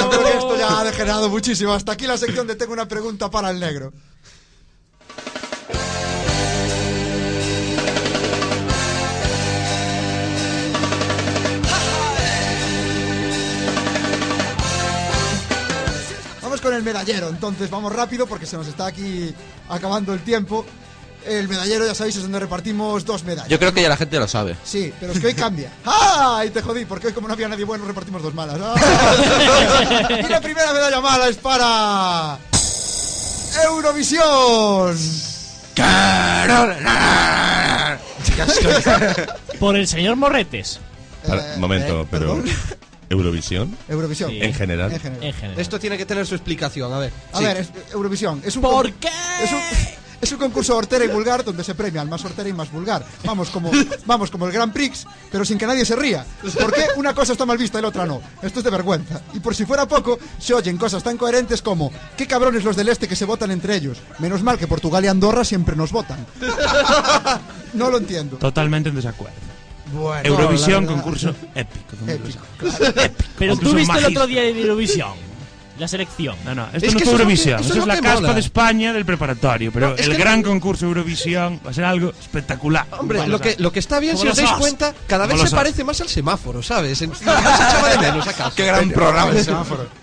Speaker 1: creo que esto ya ha degenerado muchísimo. Hasta aquí la sección de Tengo una pregunta para el negro. Vamos con el medallero, entonces vamos rápido porque se nos está aquí acabando el tiempo. El medallero, ya sabéis, es donde repartimos dos medallas.
Speaker 8: Yo creo que ya la gente lo sabe.
Speaker 1: Sí, pero es que hoy cambia. ¡Ah! Y te jodí, porque hoy como no había nadie bueno, repartimos dos malas. ¡Ah! y la primera medalla mala es para... Eurovisión.
Speaker 5: *laughs* Por el señor Morretes.
Speaker 17: Para- momento, pero. ¿Eurovisión?
Speaker 1: Eurovisión.
Speaker 17: En general.
Speaker 1: En general.
Speaker 2: Esto tiene que tener su explicación, a ver.
Speaker 1: A ver, es- eh, Eurovisión es un ¿Por qué? Es un, *laughs* es un concurso hortera y vulgar donde se premia al más hortera y más vulgar. Vamos *laughs* como, vamos como el Grand Prix, pero sin que nadie se ría. ¿Por qué una cosa está mal vista y la otra no? Esto es de vergüenza. Y por si fuera poco, se oyen cosas tan coherentes como ¿Qué cabrones los del este que se votan entre ellos? Menos mal que Portugal y Andorra siempre nos votan. *laughs* No lo entiendo.
Speaker 20: Totalmente en desacuerdo.
Speaker 1: Bueno,
Speaker 20: Eurovisión,
Speaker 1: la verdad.
Speaker 20: concurso *laughs* épico.
Speaker 1: Épico,
Speaker 5: Pero tú
Speaker 20: Concurso
Speaker 5: viste el
Speaker 20: mágico.
Speaker 5: otro día de Eurovisión. La selección.
Speaker 20: No, no,
Speaker 5: Es
Speaker 20: esto
Speaker 5: que
Speaker 20: no fue
Speaker 5: eso es lo que-
Speaker 20: Eurovisión.
Speaker 5: eso
Speaker 20: Esto es
Speaker 5: es lo
Speaker 20: la
Speaker 5: que
Speaker 20: caspa
Speaker 5: mola.
Speaker 20: de España del preparatorio. Pero
Speaker 2: No, es
Speaker 20: el
Speaker 2: que-
Speaker 20: gran concurso Eurovisión va a ser algo espectacular.
Speaker 2: Hombre,
Speaker 20: Vale,
Speaker 2: lo
Speaker 20: o sea,
Speaker 2: que, lo que está bien,
Speaker 20: como
Speaker 2: si os
Speaker 20: los
Speaker 2: dais
Speaker 20: As.
Speaker 2: cuenta, cada
Speaker 20: Como
Speaker 2: vez
Speaker 20: los
Speaker 2: se
Speaker 20: As.
Speaker 2: parece más al semáforo, ¿sabes? En- Ya se echaba de menos, acaso.
Speaker 17: Qué gran
Speaker 2: programa
Speaker 17: el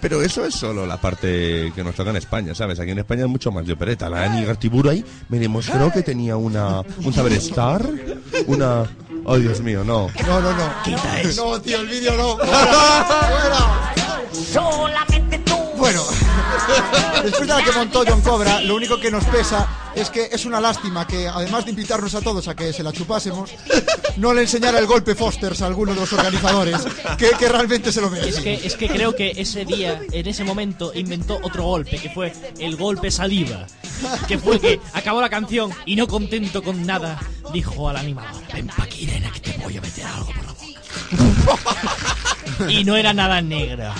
Speaker 17: Pero eso es solo la parte que nos toca en España, ¿sabes? Aquí en España es mucho más de opereta. La Ani Gartiburu ahí me demostró que tenía una, un saber estar, una... Oh, Dios mío, no.
Speaker 1: No, no, no.
Speaker 17: Quita
Speaker 1: No, tío, el
Speaker 17: *laughs*
Speaker 1: vídeo no. ¡Fuera!
Speaker 13: Solamente tú.
Speaker 1: Bueno, *laughs* después de la que montó John Cobra, lo único que nos pesa es que es una lástima que, además de invitarnos a todos a que se la chupásemos, no le enseñara el golpe Fosters a alguno de los organizadores, que, que realmente se lo
Speaker 5: Es
Speaker 1: merece.
Speaker 5: que, es que creo que ese día, en ese momento, inventó otro golpe, que fue el golpe saliva. Que fue que acabó la canción y no contento con nada, dijo al animador, ven pa' aquí, nena, que te voy a meter algo por la boca. *laughs* Y no era nada negra.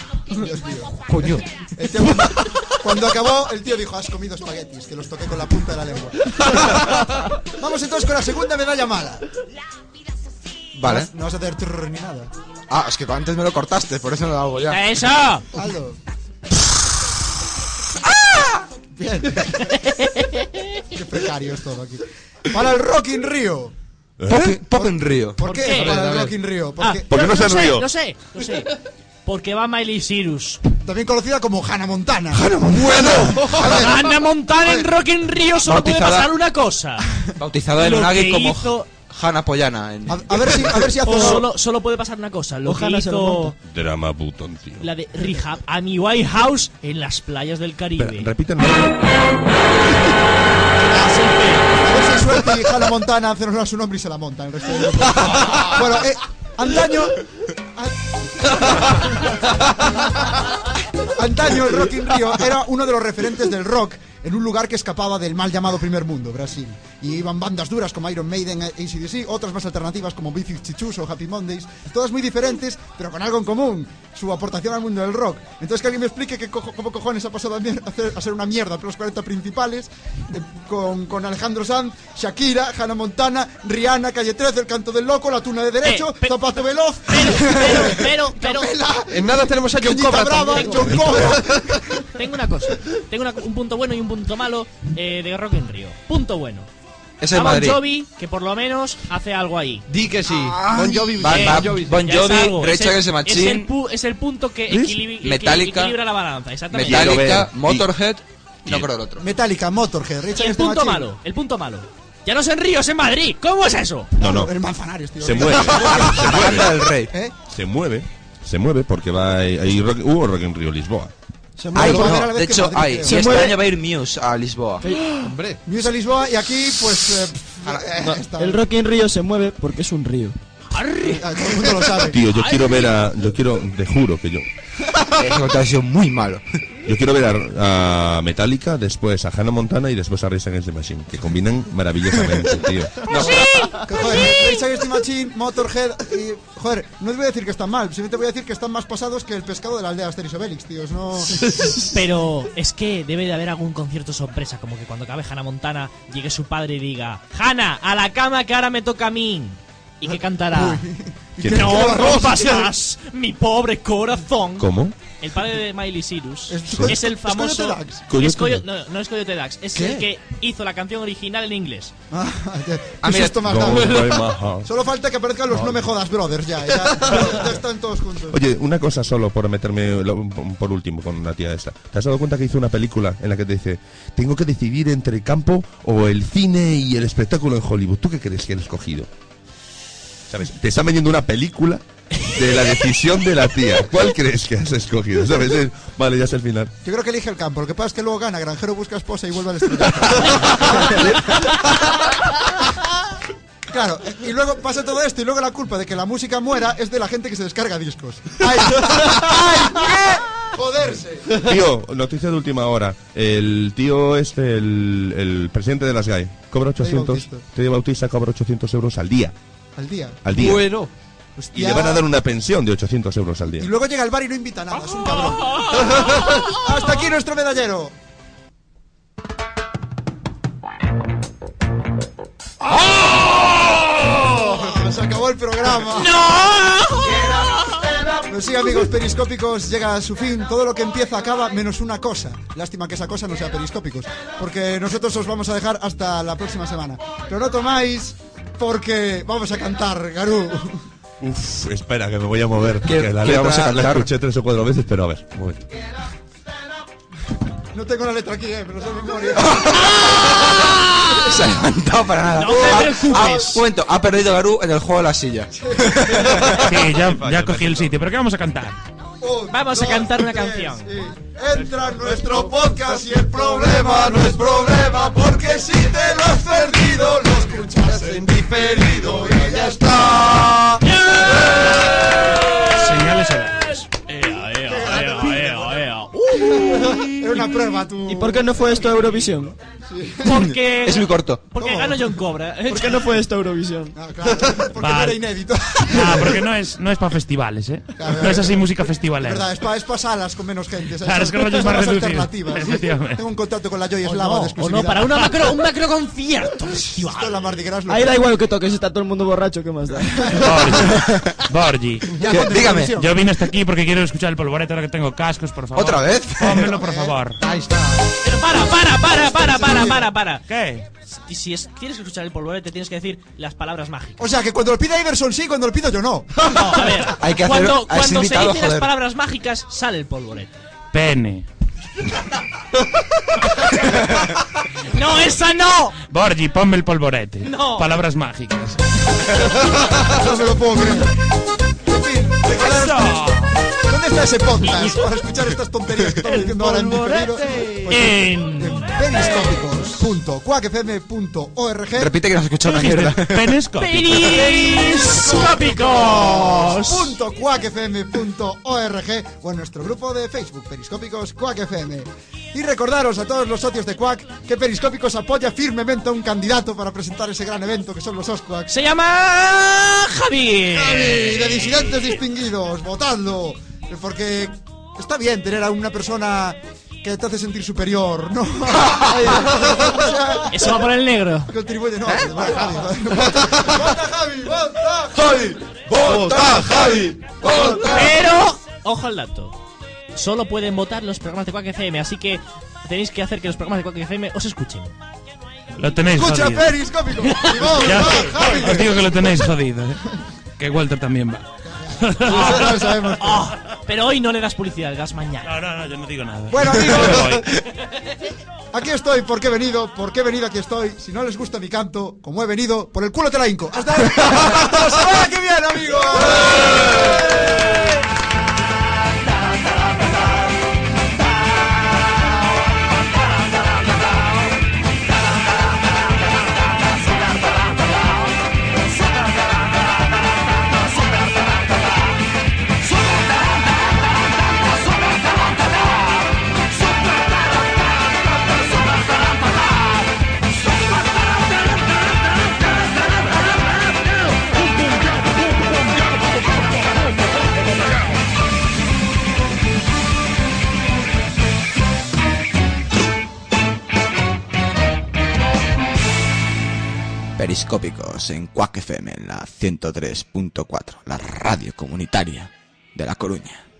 Speaker 1: Coño. El tío, cuando, Este cuando acabó, el tío dijo, has comido espaguetis, que los toqué con la punta de la lengua. Vamos entonces con la segunda medalla mala.
Speaker 8: Vale.
Speaker 1: No vas a hacer trrr ni nada.
Speaker 8: Ah, es que antes me lo cortaste, por eso no lo hago
Speaker 20: Ah.
Speaker 8: ya.
Speaker 5: ¡Eso!
Speaker 1: Aldo. Bien. Qué precario es todo aquí. Para el Rock in Río.
Speaker 8: Pop en Río.
Speaker 1: ¿Por, qué, para
Speaker 5: qué? A ver, a
Speaker 1: el
Speaker 5: ver.
Speaker 1: Rock in Rio?
Speaker 5: Ah,
Speaker 1: Porque,
Speaker 8: Porque no se
Speaker 5: sé,
Speaker 8: rió.
Speaker 5: No sé, no sé. Porque va Miley Cyrus.
Speaker 1: También conocida como Hannah Montana. ¡Hannah
Speaker 8: Montana!
Speaker 5: Ana Montana en Rock in Rio solo puede
Speaker 8: Bautizada-
Speaker 5: pasar una
Speaker 8: *laughs*
Speaker 5: cosa.
Speaker 8: Bautizada en
Speaker 5: Lo
Speaker 8: Unagi
Speaker 5: que
Speaker 8: como
Speaker 5: hizo-
Speaker 8: Hanna Pollana. En...
Speaker 1: A, ver si, a ver si hace
Speaker 5: O
Speaker 1: una-
Speaker 5: solo, solo puede pasar una cosa. Lo
Speaker 1: Ojalá
Speaker 5: que
Speaker 1: se lo
Speaker 5: hizo
Speaker 17: Drama button, tío.
Speaker 5: la de Rehab a mi White House en las playas del Caribe.
Speaker 17: Repítanme.
Speaker 1: A ver Pues si hay suerte y Hannah Montana hace honor a su nombre y se la monta. El resto de bueno, eh, antaño. a- antaño el Rock in Rio era uno de los referentes del rock en un lugar que escapaba del mal llamado primer mundo, Brasil. Y iban bandas duras como Iron Maiden, ACDC, otras más alternativas como B-52s o Happy Mondays, todas muy diferentes, pero con algo en común, su aportación al mundo del rock. Entonces que alguien me explique que cojo- cómo cojones ha pasado a, mier- a hacer- a ser una mierda por los 40 principales, eh, con, con Alejandro Sanz, Shakira, Hannah Montana, Rihanna, Calle 13, El Canto del Loco, La Tuna de Derecho, Zapato Veloz...
Speaker 5: Pero,
Speaker 8: *laughs*
Speaker 5: pero,
Speaker 2: En nada tenemos a John
Speaker 1: Cañita
Speaker 2: Cobra.
Speaker 1: Brava,
Speaker 2: también.
Speaker 1: John Cobra.
Speaker 5: tengo una cosa. Tengo una- un punto bueno y un punto malo eh, de Rock in Río. Punto bueno.
Speaker 8: Es el
Speaker 5: A Bon
Speaker 8: Madrid.
Speaker 5: Jovi, que por lo menos hace algo ahí.
Speaker 2: Di que sí.
Speaker 8: Bon Jovi, Va-
Speaker 5: Eh,
Speaker 8: va- Bon
Speaker 5: ya es
Speaker 8: Jovi,
Speaker 5: algo.
Speaker 8: Rage
Speaker 5: Es el-
Speaker 8: Against the
Speaker 5: es el
Speaker 8: Machine,
Speaker 5: pu- Es el punto que
Speaker 8: ¿Ves?
Speaker 5: equilibri- que
Speaker 8: Metallica.
Speaker 5: equilibra la balanza. Exactamente.
Speaker 8: Metallica, Motorhead, no creo el otro.
Speaker 1: Metallica, Motorhead, Rage
Speaker 5: Y el
Speaker 1: Against the
Speaker 5: punto
Speaker 1: Machine.
Speaker 5: malo, el punto malo. Ya no es en Río, es en Madrid. ¿Cómo es eso?
Speaker 17: No, no.
Speaker 1: El Manzanares, tío.
Speaker 17: Se mueve.
Speaker 1: *laughs*
Speaker 17: se
Speaker 8: Banda del
Speaker 17: mueve.
Speaker 8: Rey.
Speaker 1: ¿Eh?
Speaker 17: Se mueve. Se mueve porque va. Hay rock, hubo Rock in Rio Lisboa.
Speaker 1: Se
Speaker 8: Ay,
Speaker 1: por
Speaker 8: no,
Speaker 1: primera vez
Speaker 8: de
Speaker 1: que
Speaker 8: hecho,
Speaker 1: Madrid,
Speaker 8: hay.
Speaker 1: creo.
Speaker 8: Y este año va a ir Muse a Lisboa.
Speaker 2: Hombre.
Speaker 1: *laughs* News a Lisboa y aquí, pues. eh, eh, está.
Speaker 6: El Rock in Río se mueve porque es un río.
Speaker 1: Todo el mundo lo
Speaker 8: *laughs*
Speaker 1: sabe.
Speaker 17: Tío, yo quiero ver a. Yo quiero. Te juro que yo.
Speaker 8: Eso te ha sido muy malo.
Speaker 17: Yo quiero ver a, a Metallica, después a Hannah Montana y después a Rage Against the Machine, que combinan maravillosamente, tío.
Speaker 1: sí, joder, Rage Against the Machine, Motorhead y... Joder, no te voy a decir que están mal, simplemente voy a decir que están más pasados que el pescado de la aldea Asterix Obelix, tíos, no...
Speaker 5: Pero es que debe de haber algún concierto sorpresa, como que cuando acabe Hannah Montana llegue su padre y diga, Hannah, a la cama que ahora me toca a mí. ¿Y que cantará?
Speaker 17: ¿Quién
Speaker 5: no
Speaker 17: es?
Speaker 5: rompas más mi pobre corazón.
Speaker 17: ¿Cómo?
Speaker 5: El padre de Miley Cyrus es,
Speaker 17: Coy-
Speaker 5: el
Speaker 17: es
Speaker 5: famoso...
Speaker 17: Coyote Dax. Coyote
Speaker 5: es Coyo-
Speaker 17: Dax.
Speaker 5: no, no es Coyote Dax, es
Speaker 1: ¿Qué?
Speaker 5: el que hizo la canción original en inglés.
Speaker 1: Ah, mira, esto más
Speaker 17: Don't break my
Speaker 1: dado.
Speaker 17: heart.
Speaker 1: Solo falta que aparezcan los No Me Jodas Brothers ya, ya, ya están todos juntos.
Speaker 17: Oye, una cosa solo por meterme lo- por último con una tía esta. ¿Te has dado cuenta que hizo una película en la que te dice, tengo que decidir entre el campo o el cine y el espectáculo en Hollywood? ¿Tú qué crees que han escogido? ¿Sabes? Te están vendiendo una película de la decisión de la tía. ¿Cuál crees que has escogido? ¿Sabes? Es- Vale, ya es el final.
Speaker 1: Yo creo que elige el campo, lo que pasa es que luego gana, Granjero busca esposa y vuelve al estrella. *laughs* Claro, y luego pasa todo esto y luego la culpa de que la música muera es de la gente que se descarga discos. ¡Ay! ¡Ay! ¡Qué! ¡Joderse!
Speaker 17: Tío, noticia de última hora. El tío este, el, el presidente de las GAE, cobra 800.
Speaker 1: Bautista.
Speaker 17: Teddy Bautista cobra 800 euros al día.
Speaker 1: Al día.
Speaker 17: Al día.
Speaker 1: Bueno.
Speaker 17: Y le van a dar una pensión de 800 euros al día.
Speaker 1: Pues Y luego llega al bar y no invita a nada, es un cabrón. Hasta aquí nuestro medallero. ¡Oh! Se acabó el programa. ¡No! Pues sí, amigos periscópicos, llega a su fin. Todo lo que empieza acaba, menos una cosa. Lástima que esa cosa no sea periscópicos, porque nosotros os vamos a dejar hasta la próxima semana. Pero no tomáis, porque vamos a cantar, Garú.
Speaker 17: Uf, espera, que me voy a mover.
Speaker 8: ¿Qué-
Speaker 17: que la
Speaker 8: qué
Speaker 17: letra
Speaker 8: vamos a
Speaker 17: la
Speaker 8: cantar?
Speaker 17: escuché tres o cuatro veces, pero a ver, un momento.
Speaker 1: No tengo la letra aquí, eh, pero sé de memoria.
Speaker 8: Ah. Se ha levantado para nada.
Speaker 1: No te
Speaker 8: Ha-
Speaker 1: preocupes.
Speaker 8: ha- un momento, ha perdido Garú en el juego de la silla.
Speaker 20: *laughs* Sí, ya, ya cogí el sitio, pero ¿qué vamos a cantar?
Speaker 5: Vamos a cantar una canción.
Speaker 1: Entra en nuestro podcast y el problema no es problema, porque si te lo has perdido, lo escuchas en diferido y ya está.
Speaker 20: Señales horarias.
Speaker 1: Era una prueba, tú.
Speaker 6: ¿Y por qué no fue esto a Eurovisión? *laughs*
Speaker 5: Porque...
Speaker 8: Es muy corto.
Speaker 5: Porque
Speaker 6: ¿Cómo?
Speaker 5: gano John Cobra.
Speaker 6: ¿Por qué no fue esto a Eurovisión?
Speaker 1: Porque
Speaker 20: Vale.
Speaker 1: Ah, no era inédito. *laughs*
Speaker 20: Ah, porque no es, no es para festivales, ¿eh?
Speaker 1: Claro,
Speaker 20: No es así música festivalera.
Speaker 1: Es verdad, es para salas con menos gente. ¿sabes?
Speaker 20: Claro, es que rollo es más
Speaker 1: Son las
Speaker 20: reducido.
Speaker 1: alternativas.
Speaker 20: Efectivamente.
Speaker 1: Tengo un contrato con la Joy Slava de
Speaker 5: o no,
Speaker 1: exclusividad.
Speaker 5: para una macro, un macro concierto.
Speaker 1: Esto es la Mardi Gras.
Speaker 6: *laughs*
Speaker 1: lo
Speaker 6: Ahí
Speaker 1: que-
Speaker 6: da igual que toques, está todo el mundo borracho, ¿qué más da?
Speaker 20: Borgi.
Speaker 1: Ya, ¿Qué? ponte la Dígame. televisión.
Speaker 20: Yo vine hasta aquí porque quiero escuchar el polvorete ahora que tengo cascos, por favor.
Speaker 8: ¿Otra vez?
Speaker 20: Pónmelo, por favor.
Speaker 1: Ahí está.
Speaker 5: Pero para, para, para, para, para, para, para.
Speaker 20: ¿Qué?
Speaker 5: Si, si es- tienes que escuchar el polvorete, tienes que decir las
Speaker 6: *laughs*
Speaker 5: palabras mágicas.
Speaker 1: O sea, que cuando lo pida Iverson sí, cuando lo pido yo no.
Speaker 5: No, a ver.
Speaker 8: Hay que hacer-
Speaker 5: cuando
Speaker 8: has
Speaker 5: cuando se
Speaker 8: invitado,
Speaker 5: dicen las
Speaker 8: joder.
Speaker 5: palabras mágicas, sale el polvorete.
Speaker 20: Pene.
Speaker 5: ¡No, esa no!
Speaker 20: Borgi, ponme el polvorete.
Speaker 5: No.
Speaker 20: Palabras mágicas.
Speaker 1: *laughs* No me lo puedo creer. En fin, recordaros- ¿Dónde está ese podcast para escuchar estas tonterías que estamos diciendo ahora en diferido? Pues,
Speaker 20: En-
Speaker 1: periscópicos.cuacfm.org
Speaker 8: Repite que nos escucha una mierda.
Speaker 5: ¡Periscópicos!
Speaker 1: periscópicos.cuacfm.org o en nuestro grupo de Facebook Periscópicos Cuac FM. Y recordaros a todos los socios de Cuac que Periscópicos apoya firmemente a un candidato para presentar ese gran evento que son los Osquacks.
Speaker 5: Se llama Javi.
Speaker 20: Eh,
Speaker 1: Javi, de disidentes distinguidos, votadlo. Porque está bien tener a una persona que te hace sentir superior, ¿no? *laughs* O sea,
Speaker 5: Eso va por el negro.
Speaker 1: Contribuye,
Speaker 20: ¿Eh?
Speaker 1: no, vota Javi, vota vota Javi, vota
Speaker 8: Javi, vota Javi,
Speaker 5: Pero, ojo al dato. Solo pueden votar los programas de Quack FM, así que tenéis que hacer que los programas de Quack FM os escuchen.
Speaker 20: Lo *laughs* tenéis
Speaker 1: Escucha
Speaker 20: jodido. *laughs*
Speaker 1: Periscópico. Y vota
Speaker 20: Ya,
Speaker 1: Javi.
Speaker 20: os digo que lo tenéis jodido. ¿eh? Que Walter también
Speaker 1: *laughs*
Speaker 20: va.
Speaker 1: Pues
Speaker 20: Ah.
Speaker 1: Ya lo sabemos.
Speaker 5: Pero hoy no le das publicidad, le das mañana.
Speaker 20: No, no, no, yo no digo nada.
Speaker 1: Bueno, amigos.
Speaker 20: Me voy.
Speaker 1: Aquí estoy, porque he venido, porque he venido, aquí estoy. Si no les gusta mi canto, como he venido, por el culo te la hinco. Hasta, hasta la semana que viene, amigos.
Speaker 13: Santa
Speaker 8: periscópicos en Quack FM, en la 103.4, la radio comunitaria de La Coruña.